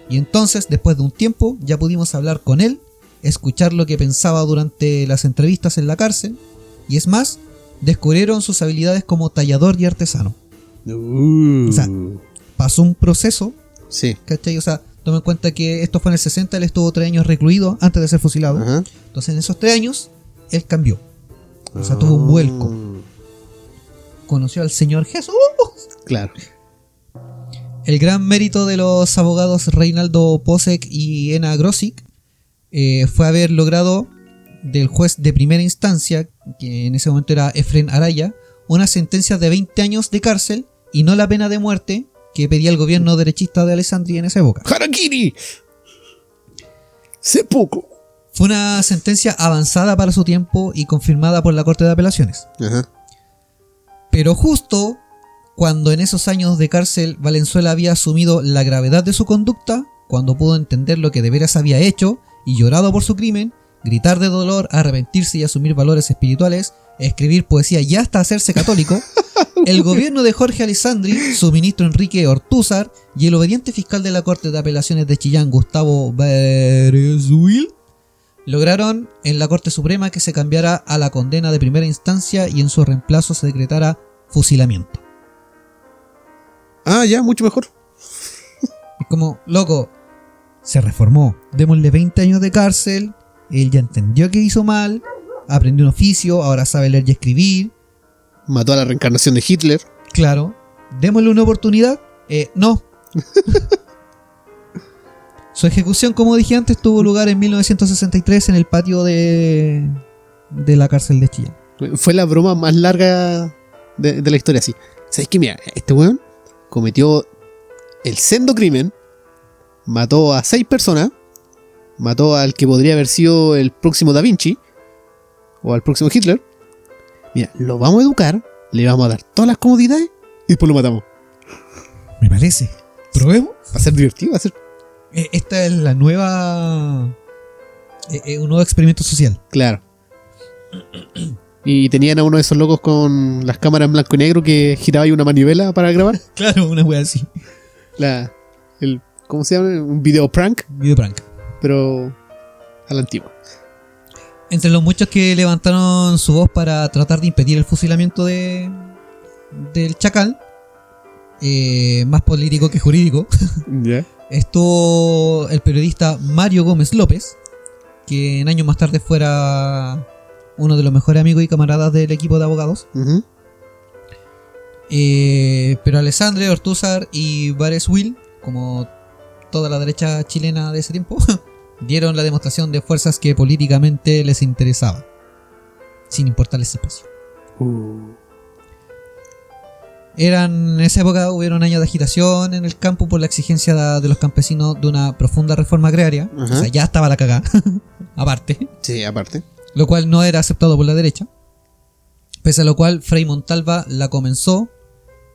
Speaker 1: y entonces, después de un tiempo, ya pudimos hablar con él, escuchar lo que pensaba durante las entrevistas en la cárcel, y es más, descubrieron sus habilidades como tallador y artesano. O sea, Pasó un proceso
Speaker 4: Uh. sí.
Speaker 1: ¿Cachai? O sea, toma en cuenta que esto fue en el 60, él estuvo tres años recluido antes de ser fusilado.
Speaker 4: Ajá.
Speaker 1: Entonces, en esos tres años, él cambió. O sea,
Speaker 4: Uh.
Speaker 1: tuvo un vuelco.
Speaker 4: Ah.
Speaker 1: Conoció al Señor Jesús.
Speaker 4: Claro.
Speaker 1: El gran mérito de los abogados Reinaldo Posek y Ena Grosic eh, fue haber logrado del juez de primera instancia, que en ese momento era Efren Araya, una sentencia de 20 años de cárcel y no la pena de muerte que pedía el gobierno derechista de Alessandria en esa época.
Speaker 4: ¡Harakiri! ¡Sé poco!
Speaker 1: Fue una sentencia avanzada para su tiempo y confirmada por la Corte de Apelaciones.
Speaker 4: Ajá.
Speaker 1: Pero justo cuando en esos años de cárcel Valenzuela había asumido la gravedad de su conducta, cuando pudo entender lo que de veras había hecho y llorado por su crimen, gritar de dolor, arrepentirse y asumir valores espirituales, escribir poesía y hasta hacerse católico, el gobierno de Jorge Alessandri, su ministro Enrique Ortúzar y el obediente fiscal de la Corte de Apelaciones de Chillán, Gustavo Berezuil, lograron en la Corte Suprema que se cambiara a la condena de primera instancia y en su reemplazo se decretara fusilamiento.
Speaker 4: Ah, ya, mucho mejor.
Speaker 1: Es como, loco, se reformó. Démosle 20 años de cárcel. Él ya entendió que hizo mal. Aprendió un oficio. Ahora sabe leer y escribir.
Speaker 4: Mató a la reencarnación de Hitler.
Speaker 1: Claro. Démosle una oportunidad. Eh, no. Su ejecución, como dije antes, tuvo lugar en 1963 en el patio de, de la cárcel de Chillán.
Speaker 4: Fue la broma más larga de, de la historia, sí. ¿Sabes qué? Mira, este weón cometió el sendo crimen, mató a seis personas, mató al que podría haber sido el próximo Da Vinci o al próximo Hitler. Mira, lo vamos a educar, le vamos a dar todas las comodidades y después lo matamos.
Speaker 1: Me parece. ¿Probemos?
Speaker 4: Va a ser divertido, va a ser.
Speaker 1: Eh, Esta es la nueva. eh, eh, un nuevo experimento social.
Speaker 4: Claro. Y tenían a uno de esos locos con las cámaras en blanco y negro que giraba ahí una manivela para grabar.
Speaker 1: Claro, una wea así.
Speaker 4: La, el, ¿Cómo se llama? Un video prank.
Speaker 1: Video prank.
Speaker 4: pero a la antigua.
Speaker 1: Entre los muchos que levantaron su voz para tratar de impedir el fusilamiento de del chacal, eh, más político que jurídico,
Speaker 4: ¿Ya?
Speaker 1: estuvo el periodista Mario Gómez López, que en años más tarde fuera uno de los mejores amigos y camaradas del equipo de abogados. Eh, pero Alessandre, Ortúzar y Vares Will, como toda la derecha chilena de ese tiempo, dieron la demostración de fuerzas que políticamente les interesaba, sin importarles el precio.
Speaker 4: Uh.
Speaker 1: Eran, en esa época hubieron años de agitación en el campo por la exigencia de los campesinos de una profunda reforma agraria.
Speaker 4: Ajá.
Speaker 1: O sea, ya estaba la cagada, aparte.
Speaker 4: Sí, aparte.
Speaker 1: lo cual no era aceptado por la derecha. Pese a lo cual, Frei Montalva la comenzó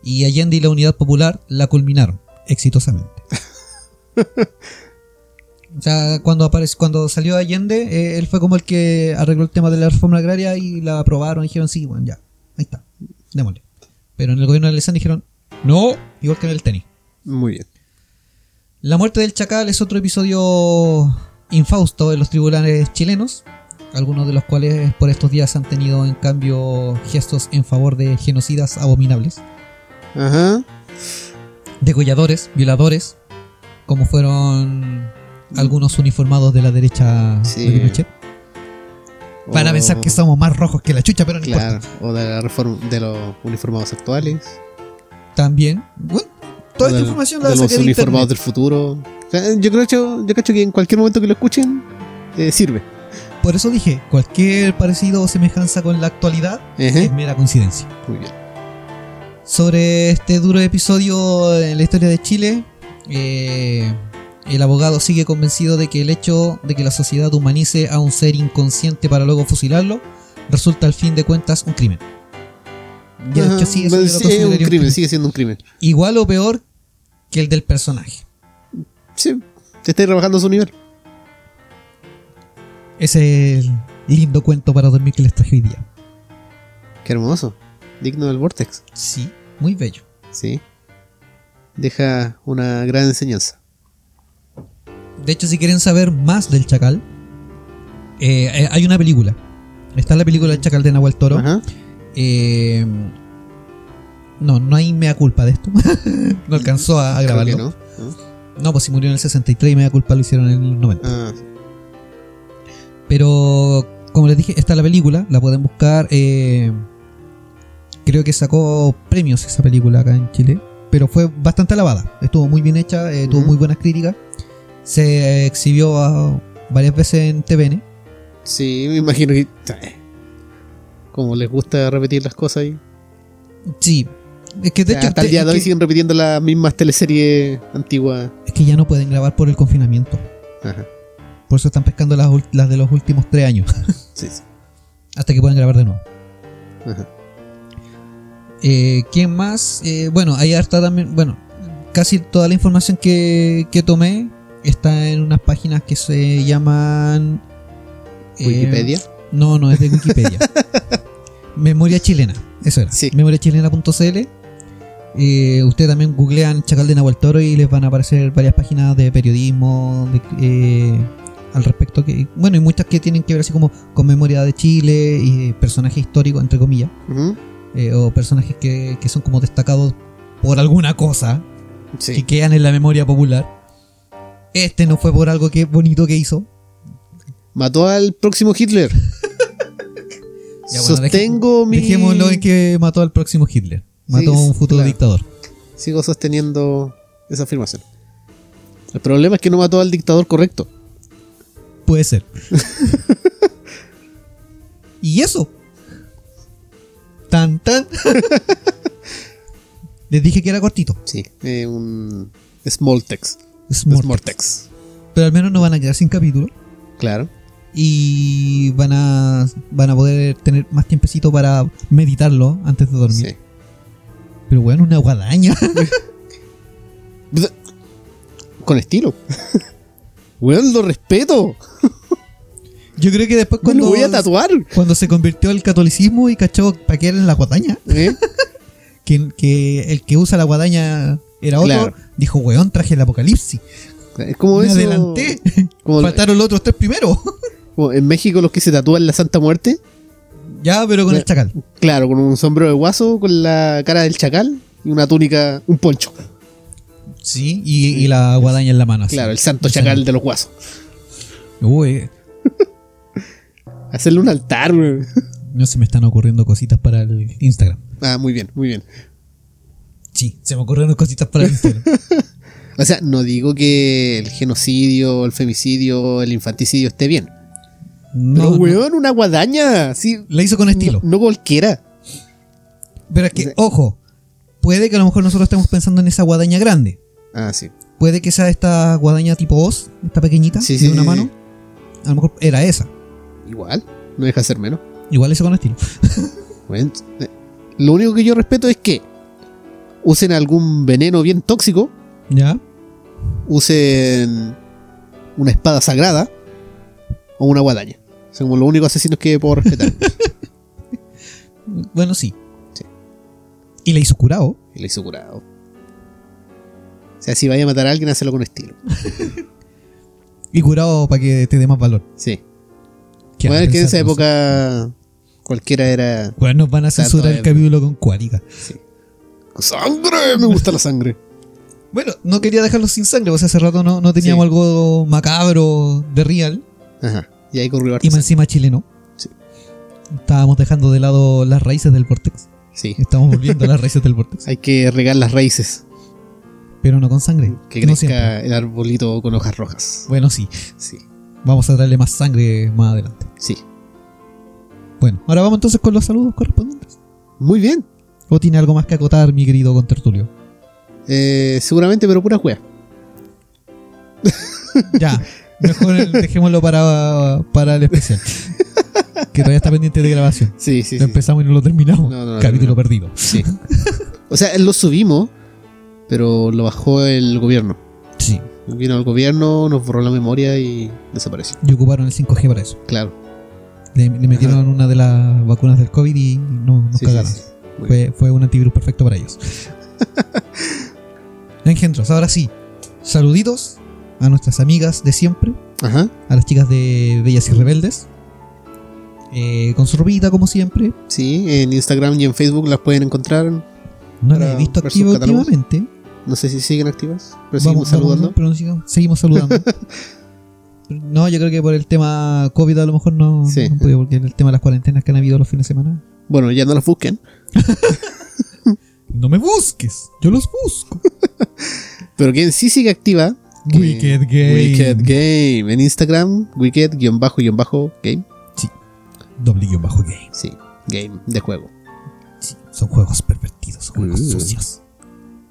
Speaker 1: y Allende y la Unidad Popular la culminaron exitosamente. O sea, cuando, apareció, cuando salió Allende, eh, él fue como el que arregló el tema de la reforma agraria y la aprobaron. Y dijeron, sí, bueno, ya, ahí está, démosle. Pero en el gobierno de Alessandri dijeron, no, igual que en el tenis.
Speaker 4: Muy bien.
Speaker 1: La muerte del Chacal es otro episodio infausto en los tribunales chilenos, algunos de los cuales por estos días han tenido en cambio gestos en favor de genocidas abominables,
Speaker 4: Ajá.
Speaker 1: degolladores, violadores, como fueron algunos uniformados de la derecha
Speaker 4: Mm. Sí.
Speaker 1: de Pinochet. Van a
Speaker 4: O-
Speaker 1: pensar que somos más rojos que la chucha, pero no
Speaker 4: Claro,
Speaker 1: importa.
Speaker 4: o de, la reforma, de los uniformados actuales.
Speaker 1: También, bueno, toda
Speaker 4: o
Speaker 1: esta
Speaker 4: del-
Speaker 1: información la
Speaker 4: de
Speaker 1: saqué
Speaker 4: los
Speaker 1: de
Speaker 4: uniformados
Speaker 1: internet.
Speaker 4: del futuro. O sea, Yo creo, yo cacho que en cualquier momento que lo escuchen, eh, sirve.
Speaker 1: Por eso dije, cualquier parecido o semejanza con la actualidad
Speaker 4: Ajá.
Speaker 1: es mera coincidencia.
Speaker 4: Muy bien.
Speaker 1: Sobre este duro episodio en la historia de Chile, eh, el abogado sigue convencido de que el hecho de que la sociedad humanice a un ser inconsciente para luego fusilarlo resulta al fin de cuentas un crimen. Y el
Speaker 4: Ajá.
Speaker 1: hecho sí, eso yo
Speaker 4: Bueno,
Speaker 1: lo
Speaker 4: sí, es
Speaker 1: consideraría
Speaker 4: un
Speaker 1: un
Speaker 4: crimen,
Speaker 1: crimen.
Speaker 4: sigue siendo un crimen.
Speaker 1: Igual o peor que el del personaje.
Speaker 4: Sí, te estáis rebajando su nivel.
Speaker 1: Ese es el lindo cuento para dormir que les traje hoy día.
Speaker 4: Qué hermoso. Digno del Vortex.
Speaker 1: Sí, muy bello.
Speaker 4: Sí. Deja una gran enseñanza.
Speaker 1: De hecho, si quieren saber más del Chacal, eh, eh, hay una película. Está la película El Chacal de Nahuel Toro.
Speaker 4: Ajá.
Speaker 1: Eh, no, no hay mea culpa de esto. no alcanzó a, a
Speaker 4: Creo que
Speaker 1: grabarlo. No.
Speaker 4: no. ¿No?
Speaker 1: pues si murió en el 63 y mea culpa lo hicieron en el 90.
Speaker 4: Ah,
Speaker 1: Pero, como les dije, está la película, la pueden buscar. eh, creo que sacó premios esa película acá en Chile. Pero fue bastante alabada. Estuvo muy bien hecha, eh, tuvo
Speaker 4: Ujú.
Speaker 1: muy buenas críticas. Se exhibió ah, varias veces en TVN.
Speaker 4: sí, me imagino que. Como les gusta repetir las cosas ahí.
Speaker 1: Sí. Es que de hecho. este,
Speaker 4: Hasta el
Speaker 1: te-
Speaker 4: día de
Speaker 1: es
Speaker 4: hoy
Speaker 1: que-
Speaker 4: siguen repitiendo las mismas teleseries antiguas.
Speaker 1: es que ya no pueden grabar por el confinamiento.
Speaker 4: Ajá.
Speaker 1: Por eso están pescando las, ul- las de los últimos tres años.
Speaker 4: Sí, sí.
Speaker 1: Hasta que puedan grabar de nuevo.
Speaker 4: Ajá.
Speaker 1: Eh, ¿Quién más? Eh, bueno, ahí está también. Bueno, casi toda la información que, que tomé está en unas páginas que se llaman. eh,
Speaker 4: Wikipedia.
Speaker 1: No, no, es de Wikipedia. Memoria chilena, eso era.
Speaker 4: Sí.
Speaker 1: Memoriachilena.cl. Eh, ustedes también googlean Chacal de Nahuel Toro y les van a aparecer varias páginas de periodismo de- eh, al respecto. que Bueno, y muchas que tienen que ver así como con memoria de Chile y personajes históricos, entre comillas,
Speaker 4: Ujú.
Speaker 1: eh, o personajes que, que son como destacados por alguna cosa
Speaker 4: Sí.
Speaker 1: que quedan en la memoria popular. Este no fue por algo que bonito que hizo.
Speaker 4: Mató al próximo Hitler.
Speaker 1: Ya, bueno,
Speaker 4: Sostengo mi.
Speaker 1: Dejémoslo en que mató al próximo Hitler. Mató a
Speaker 4: Sí,
Speaker 1: un futuro
Speaker 4: claro.
Speaker 1: dictador.
Speaker 4: Sigo sosteniendo esa afirmación. El problema es que no mató al dictador correcto.
Speaker 1: Puede ser. y eso. Tan tan. Les dije que era cortito.
Speaker 4: Sí. eh, un. Small text.
Speaker 1: Es
Speaker 4: Small,
Speaker 1: muerto.
Speaker 4: text.
Speaker 1: Pero al menos no van a quedar sin capítulo.
Speaker 4: Claro.
Speaker 1: Y van a, van a poder tener más tiempecito para meditarlo antes de dormir.
Speaker 4: Sí.
Speaker 1: Pero bueno, una guadaña.
Speaker 4: Con estilo. Weón, lo respeto.
Speaker 1: Yo creo que después
Speaker 4: Me lo
Speaker 1: cuando,
Speaker 4: voy a tatuar.
Speaker 1: cuando se convirtió al catolicismo y cachó para qué era la guadaña,
Speaker 4: ¿Eh?
Speaker 1: que, que el que usa la guadaña era otro,
Speaker 4: Claro.
Speaker 1: dijo, weón, traje el apocalipsis.
Speaker 4: Es como
Speaker 1: Me
Speaker 4: eso.
Speaker 1: adelanté.
Speaker 4: Como,
Speaker 1: Faltaron los otros tres primero.
Speaker 4: como en México los que se tatúan la Santa Muerte.
Speaker 1: ya, pero con
Speaker 4: Ya.
Speaker 1: el chacal.
Speaker 4: Claro, con un sombrero de guaso, con la cara del chacal y una túnica, un poncho.
Speaker 1: Sí, y, y la guadaña en la mano. así.
Speaker 4: Claro, el santo chacal de los guasos.
Speaker 1: Uy,
Speaker 4: Hacerle un altar, güey.
Speaker 1: no se me están ocurriendo cositas para el Instagram.
Speaker 4: Ah, muy bien, muy bien.
Speaker 1: Sí, se me ocurrieron cositas para el Instagram.
Speaker 4: O sea, no digo que el genocidio, el femicidio, el infanticidio esté bien.
Speaker 1: No,
Speaker 4: Pero,
Speaker 1: no.
Speaker 4: weón, una guadaña. Sí,
Speaker 1: La hizo con estilo.
Speaker 4: No, no cualquiera.
Speaker 1: Pero es que, ojo, puede que a lo mejor nosotros estemos pensando en esa guadaña grande.
Speaker 4: Ah, sí.
Speaker 1: Puede que sea esta guadaña tipo Oz, esta pequeñita,
Speaker 4: Sí,
Speaker 1: de
Speaker 4: sí,
Speaker 1: una
Speaker 4: sí,
Speaker 1: mano.
Speaker 4: sí.
Speaker 1: A lo mejor era esa.
Speaker 4: Igual. No deja de ser menos.
Speaker 1: Igual eso con estilo.
Speaker 4: Bueno, eh, lo único que yo respeto es que usen algún veneno bien tóxico,
Speaker 1: ¿Ya?
Speaker 4: usen una espada sagrada o una guadaña. Son como los únicos asesinos que puedo respetar.
Speaker 1: Bueno, sí.
Speaker 4: Sí.
Speaker 1: Y le hizo curado.
Speaker 4: Y lo hizo curado. O sea, si vaya a matar a alguien, hazlo con estilo.
Speaker 1: Y curado para que te dé más valor.
Speaker 4: Sí.
Speaker 1: Qué
Speaker 4: bueno, es que en esa
Speaker 1: pensar, no sé.
Speaker 4: época cualquiera era...
Speaker 1: Bueno, nos van a
Speaker 4: Está
Speaker 1: censurar
Speaker 4: todo
Speaker 1: el
Speaker 4: bien.
Speaker 1: capítulo con cuática.
Speaker 4: ¡Sangre! Me gusta la sangre.
Speaker 1: Bueno, no quería dejarlos sin sangre, porque hace rato no, no teníamos
Speaker 4: Sí.
Speaker 1: algo macabro de real.
Speaker 4: Ajá. Y ahí corrió harta
Speaker 1: Y más
Speaker 4: sangre.
Speaker 1: encima chileno.
Speaker 4: Sí.
Speaker 1: Estábamos dejando de lado las raíces del vortex.
Speaker 4: Sí.
Speaker 1: Estamos volviendo a las raíces del vortex.
Speaker 4: Hay que regar las raíces.
Speaker 1: Pero no con sangre.
Speaker 4: Que
Speaker 1: no
Speaker 4: crezca el arbolito con hojas rojas.
Speaker 1: Bueno, sí.
Speaker 4: Sí.
Speaker 1: Vamos a traerle más sangre más adelante.
Speaker 4: Sí.
Speaker 1: Bueno, ahora vamos entonces con los saludos correspondientes.
Speaker 4: Muy bien.
Speaker 1: ¿O tiene algo más que acotar, mi querido contertulio?
Speaker 4: Eh, seguramente, pero pura juega.
Speaker 1: Ya, mejor el- dejémoslo para, para el especial. que todavía está pendiente de grabación.
Speaker 4: Sí, sí,
Speaker 1: lo
Speaker 4: sí.
Speaker 1: empezamos y no lo terminamos.
Speaker 4: No, no, no,
Speaker 1: Capítulo
Speaker 4: no.
Speaker 1: perdido.
Speaker 4: Sí. O sea, lo subimos, pero lo bajó el gobierno.
Speaker 1: Sí.
Speaker 4: Vino el gobierno, nos borró la memoria y desapareció.
Speaker 1: Y ocuparon el 5G para eso.
Speaker 4: Claro.
Speaker 1: Le, le metieron una de las vacunas del COVID y no, nos
Speaker 4: Sí, sí,
Speaker 1: cagaron.
Speaker 4: sí. Muy bien.
Speaker 1: Fue, fue un antivirus perfecto para ellos. Engendros, ahora sí. Saluditos a nuestras amigas de siempre,
Speaker 4: Ajá.
Speaker 1: a las chicas de Bellas y Rebeldes. Eh, con su ropita, como siempre.
Speaker 4: Sí, en Instagram y en Facebook las pueden encontrar.
Speaker 1: No las
Speaker 4: Para
Speaker 1: he visto
Speaker 4: ver sus
Speaker 1: activa
Speaker 4: catálogos.
Speaker 1: últimamente.
Speaker 4: No sé si siguen activas, pero seguimos saludando.
Speaker 1: pero no sigamos- seguimos saludando. no, yo creo que por el tema COVID a lo mejor no,
Speaker 4: Sí.
Speaker 1: no han podido, porque el tema de las cuarentenas que han habido los fines de semana.
Speaker 4: Bueno, ya no las busquen,
Speaker 1: No me busques, yo los busco.
Speaker 4: pero quien sí sigue activa. que-
Speaker 1: Wicked Game.
Speaker 4: Wicked Game. En Instagram, wicked-game.
Speaker 1: Doble guión bajo game.
Speaker 4: Sí, game de juego.
Speaker 1: Sí, son juegos pervertidos, son juegos
Speaker 4: Mm.
Speaker 1: sucios.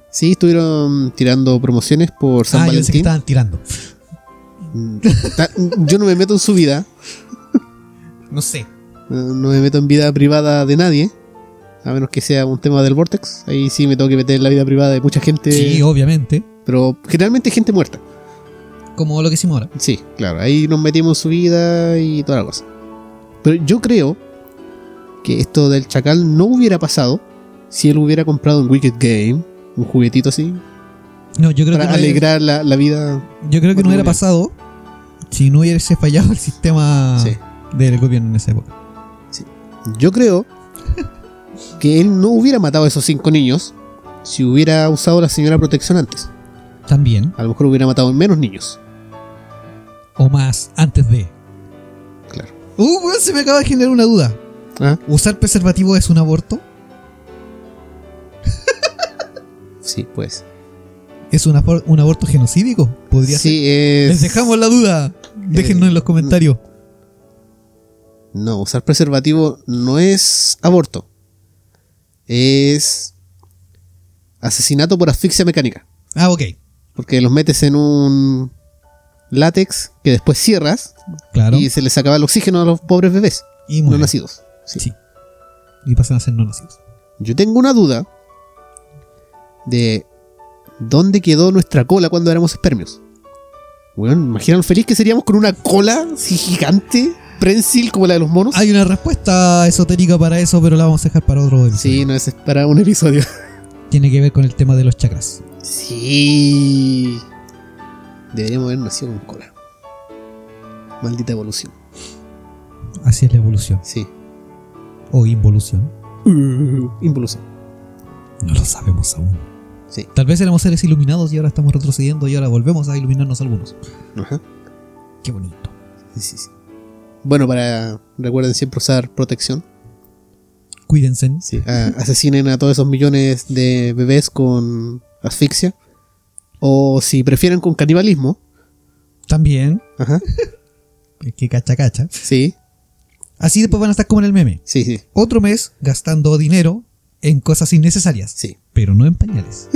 Speaker 4: Sí, estuvieron tirando promociones por San
Speaker 1: ah, yo pensé que
Speaker 4: Valentín.
Speaker 1: estaban tirando.
Speaker 4: Mm, ta- Yo no me meto en su vida,
Speaker 1: No sé.
Speaker 4: no no me meto en vida privada de nadie, a menos que sea un tema del Vortex. Ahí sí me tengo que meter en la vida privada de mucha gente,
Speaker 1: Sí, obviamente.
Speaker 4: pero generalmente gente muerta.
Speaker 1: Como lo que hicimos ahora.
Speaker 4: Sí, claro, ahí nos metimos en su vida y toda la cosa. Pero yo creo que esto del chacal no hubiera pasado si él hubiera comprado en Wicked Game un juguetito así
Speaker 1: No, yo creo que
Speaker 4: para
Speaker 1: no, hubiera-
Speaker 4: alegrar la, la vida.
Speaker 1: yo creo que no hubiera
Speaker 4: matrimonial.
Speaker 1: pasado si no hubiese fallado el sistema
Speaker 4: Sí.
Speaker 1: del gobierno en esa época.
Speaker 4: Yo creo que él no hubiera matado a esos cinco niños si hubiera usado la señora protección antes.
Speaker 1: También.
Speaker 4: A lo mejor hubiera matado menos niños.
Speaker 1: o más antes de.
Speaker 4: Claro.
Speaker 1: Uh, weón, se me acaba de generar una duda.
Speaker 4: ¿Ah?
Speaker 1: ¿Usar preservativo es un aborto?
Speaker 4: Sí, pues.
Speaker 1: ¿Es un, apor- un aborto genocídico? Podría ser.
Speaker 4: Sí, es...
Speaker 1: Les dejamos la duda. Déjennos en los comentarios.
Speaker 4: No, usar preservativo no es aborto. Es asesinato por asfixia mecánica.
Speaker 1: Ah, ok.
Speaker 4: Porque los metes en un látex que después cierras
Speaker 1: Claro.
Speaker 4: y
Speaker 1: Y,
Speaker 4: se les acaba el oxígeno a los pobres bebés no
Speaker 1: mueren.
Speaker 4: nacidos. Sí.
Speaker 1: Sí. Y pasan a ser no nacidos.
Speaker 4: Yo tengo una duda de dónde quedó nuestra cola cuando éramos espermios. Weón, imagina lo feliz que seríamos con una cola así gigante, prensil como la de los monos.
Speaker 1: Hay una respuesta esotérica para eso, pero la vamos a dejar para otro episodio.
Speaker 4: Sí, no es para un episodio.
Speaker 1: Tiene que ver con el tema de los chakras.
Speaker 4: Sí. Deberíamos haber nacido con cola. Maldita evolución.
Speaker 1: Así es la evolución.
Speaker 4: Sí.
Speaker 1: O involución.
Speaker 4: Involución.
Speaker 1: No lo sabemos aún.
Speaker 4: Sí.
Speaker 1: Tal vez éramos seres iluminados y ahora estamos retrocediendo y ahora volvemos a iluminarnos algunos.
Speaker 4: Ajá.
Speaker 1: Qué bonito.
Speaker 4: Sí, sí, sí. Bueno, para. Recuerden siempre usar protección.
Speaker 1: Cuídense.
Speaker 4: Sí, a- Ah, asesinen a todos esos millones de bebés con asfixia. O si prefieren con canibalismo.
Speaker 1: También. eh,
Speaker 4: Ajá.
Speaker 1: Que cacha cacha.
Speaker 4: Sí,
Speaker 1: Así después van a estar como en el meme.
Speaker 4: sí, sí,
Speaker 1: Otro mes gastando dinero en cosas innecesarias.
Speaker 4: sí.
Speaker 1: Pero no en pañales.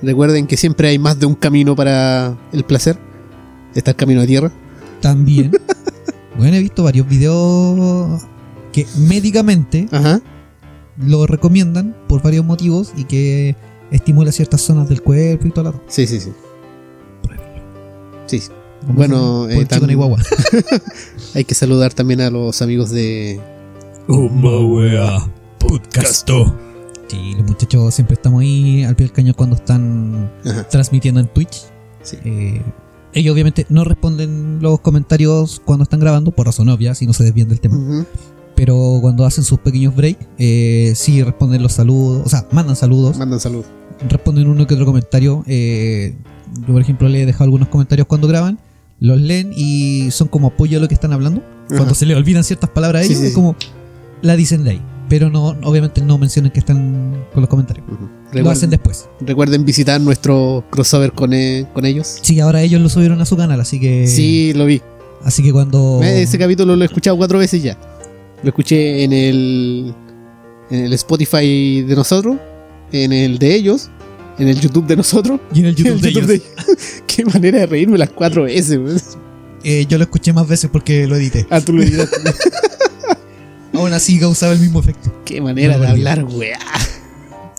Speaker 4: Recuerden que siempre hay más de un camino para el placer. Está el camino de tierra.
Speaker 1: También. Bueno, he visto varios videos que médicamente
Speaker 4: Ajá.
Speaker 1: lo recomiendan por varios motivos y que estimula ciertas zonas del cuerpo y todo la
Speaker 4: Sí, sí, sí. Sí, sí.
Speaker 1: Como
Speaker 4: Bueno,
Speaker 1: dicen, por
Speaker 4: eh,
Speaker 1: chico no hay
Speaker 4: tam-
Speaker 1: guagua.
Speaker 4: hay que saludar también a los amigos de.
Speaker 1: Uma wea, podcasto. Sí, los muchachos siempre estamos ahí al pie del cañón cuando están
Speaker 4: Ajá.
Speaker 1: transmitiendo en Twitch.
Speaker 4: Sí.
Speaker 1: Eh, ellos obviamente no responden los comentarios cuando están grabando, por razón obvia, si no se desvían del tema.
Speaker 4: Ujú.
Speaker 1: Pero cuando hacen sus pequeños breaks, eh, sí responden los saludos, o sea, mandan saludos,
Speaker 4: Mandan salud.
Speaker 1: responden uno que otro comentario. eh, yo, por ejemplo, le he dejado algunos comentarios cuando graban, los leen y son como apoyo a lo que están hablando. Cuando
Speaker 4: Ajá.
Speaker 1: se le olvidan ciertas palabras a
Speaker 4: Sí,
Speaker 1: ellos,
Speaker 4: sí,
Speaker 1: es
Speaker 4: sí.
Speaker 1: como la dicen de ahí. Pero no, obviamente no mencionan que están con los comentarios.
Speaker 4: Ujú.
Speaker 1: Lo hacen
Speaker 4: Recuerden,
Speaker 1: después.
Speaker 4: recuerden visitar nuestro crossover con, eh, con ellos.
Speaker 1: Sí, ahora ellos lo subieron a su canal, así
Speaker 4: Eh.
Speaker 1: que.
Speaker 4: Sí, lo vi.
Speaker 1: Así que cuando.
Speaker 4: Eh, Ese capítulo lo he escuchado cuatro veces ya. Lo escuché en el, en el Spotify de nosotros, en el de ellos, en el YouTube de nosotros.
Speaker 1: Y en el
Speaker 4: y
Speaker 1: YouTube,
Speaker 4: en el
Speaker 1: de ellos.
Speaker 4: ellos. Qué manera de reírme las cuatro veces. weón.
Speaker 1: Eh, yo lo escuché más veces porque lo edité.
Speaker 4: Ah, tú lo dirás.
Speaker 1: Aún así causaba el mismo efecto.
Speaker 4: Qué manera
Speaker 1: No,
Speaker 4: de
Speaker 1: por Dios.
Speaker 4: hablar, weá.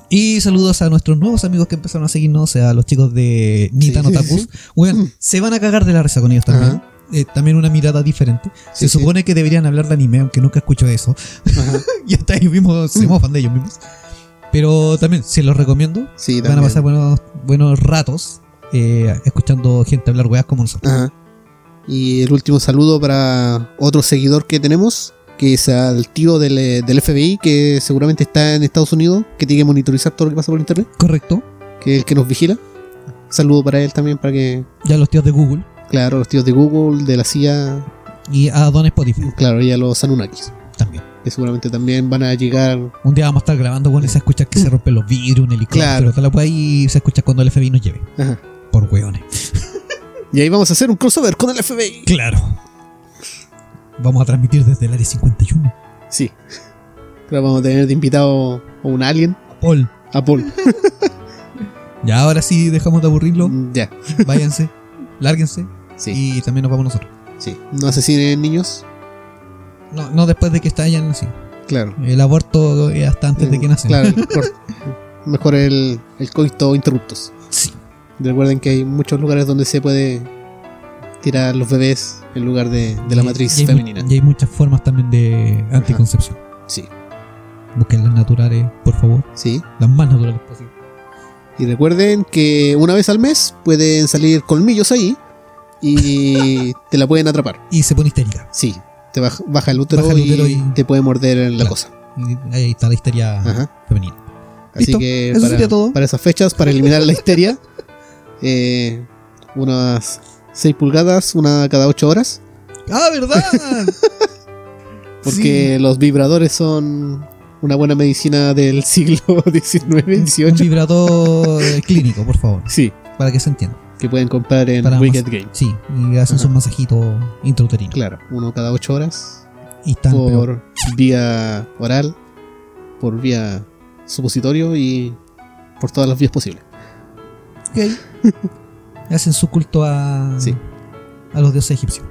Speaker 1: Y saludos a nuestros nuevos amigos que empezaron a seguirnos, a los chicos de Nita
Speaker 4: Sí, sí,
Speaker 1: Notakus. Weón, se van a cagar de la risa con ellos también. Eh, también una mirada diferente.
Speaker 4: Sí,
Speaker 1: Se
Speaker 4: sí.
Speaker 1: supone que deberían hablar de anime, aunque nunca escucho eso.
Speaker 4: Ajá.
Speaker 1: y hasta ellos mismos se mofan de ellos mismos. Pero también, se los recomiendo.
Speaker 4: Sí,
Speaker 1: Van a
Speaker 4: también.
Speaker 1: pasar buenos, buenos ratos eh, escuchando gente hablar weas como nosotros.
Speaker 4: Ajá. Y el último saludo para otro seguidor que tenemos, que es al tío del, del FBI, que seguramente está en Estados Unidos, que tiene que monitorizar todo lo que pasa por internet,
Speaker 1: Correcto.
Speaker 4: que es el que nos vigila. Saludo para él también, para que,
Speaker 1: Ya los tíos de Google
Speaker 4: claro, los tíos de Google, de la CIA,
Speaker 1: y a Don Spotify
Speaker 4: claro, y a los Anunnakis,
Speaker 1: también.
Speaker 4: que seguramente también van a llegar.
Speaker 1: Un día vamos a estar grabando, bueno, y se escucha que se rompen los vidrios, un helicóptero,
Speaker 4: Claro.
Speaker 1: tal cual, y se escucha cuando el FBI nos lleve.
Speaker 4: Ajá.
Speaker 1: Por weones.
Speaker 4: Y ahí vamos a hacer un crossover con el FBI.
Speaker 1: Claro. Vamos a transmitir desde el área 51.
Speaker 4: Sí. Claro, vamos a tener de invitado a un alien,
Speaker 1: Paul,
Speaker 4: a Paul.
Speaker 1: ya ahora sí dejamos de aburrirlo.
Speaker 4: ya,
Speaker 1: Váyanse, lárguense
Speaker 4: sí,
Speaker 1: y también nos vamos nosotros.
Speaker 4: sí. No asesinen niños,
Speaker 1: No, no después de que estallan así.
Speaker 4: claro.
Speaker 1: El aborto es hasta antes de que nacen.
Speaker 4: Mm, Claro, el cor- mejor el, el coito interruptos.
Speaker 1: Sí.
Speaker 4: Recuerden que hay muchos lugares donde se puede tirar los bebés en lugar de, de la
Speaker 1: Y-
Speaker 4: matriz
Speaker 1: y hay mu-
Speaker 4: femenina.
Speaker 1: Y hay muchas formas también de anticoncepción.
Speaker 4: Sí,
Speaker 1: Busquen las naturales, por favor.
Speaker 4: sí.
Speaker 1: Las más naturales posibles.
Speaker 4: Y recuerden que una vez al mes pueden salir colmillos ahí y te la pueden atrapar.
Speaker 1: Y se pone histérica.
Speaker 4: Sí, te baja, baja el útero,
Speaker 1: Baja el útero
Speaker 4: y,
Speaker 1: y-
Speaker 4: te puede morder en la
Speaker 1: Claro.
Speaker 4: cosa.
Speaker 1: Y ahí está la histeria
Speaker 4: Ajá.
Speaker 1: femenina.
Speaker 4: Así
Speaker 1: Listo,
Speaker 4: que
Speaker 1: eso
Speaker 4: para,
Speaker 1: sería todo.
Speaker 4: para esas fechas, para eliminar la histeria, eh, unas 6 pulgadas, una cada 8 horas.
Speaker 1: ¡Ah, verdad!
Speaker 4: Porque los vibradores son una buena medicina del siglo XIX,
Speaker 1: Sí. Un
Speaker 4: XVIII.
Speaker 1: vibrador eh, clínico, por favor.
Speaker 4: Sí,
Speaker 1: Para que se entienda.
Speaker 4: que pueden comprar en
Speaker 1: Para
Speaker 4: Wicked
Speaker 1: mas-
Speaker 4: Game.
Speaker 1: Sí, y hacen
Speaker 4: Ajá.
Speaker 1: su masajito intrauterino.
Speaker 4: Claro, uno cada ocho horas.
Speaker 1: Y están, pero,
Speaker 4: por vía oral, por vía supositorio y por todas las vías posibles.
Speaker 1: ok. hacen su culto a,
Speaker 4: Sí.
Speaker 1: a los dioses egipcios.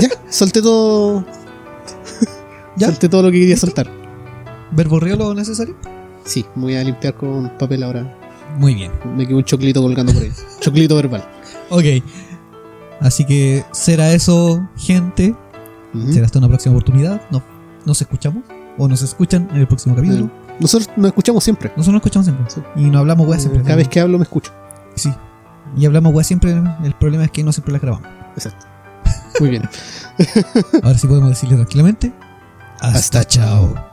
Speaker 4: Ya, solté todo.
Speaker 1: ¿Ya?
Speaker 4: Solté todo lo que quería soltar.
Speaker 1: ¿Verborreo lo necesario?
Speaker 4: Sí, me voy a limpiar con papel ahora.
Speaker 1: Muy bien.
Speaker 4: Me quedó un choclito colgando por ahí. choclito verbal.
Speaker 1: Ok. Así que será eso, gente.
Speaker 4: Ujú.
Speaker 1: Será hasta una próxima oportunidad. No, nos escuchamos. O nos escuchan en el próximo capítulo.
Speaker 4: Eh, Nosotros nos escuchamos siempre.
Speaker 1: Nosotros nos escuchamos siempre.
Speaker 4: Sí. Eh,
Speaker 1: Y nos hablamos weas siempre.
Speaker 4: Cada vez que hablo me escucho.
Speaker 1: Sí. Y hablamos weas siempre. El problema es que no siempre las grabamos.
Speaker 4: Exacto. Muy bien.
Speaker 1: Ahora sí podemos decirle tranquilamente. Hasta,
Speaker 4: Hasta
Speaker 1: chao.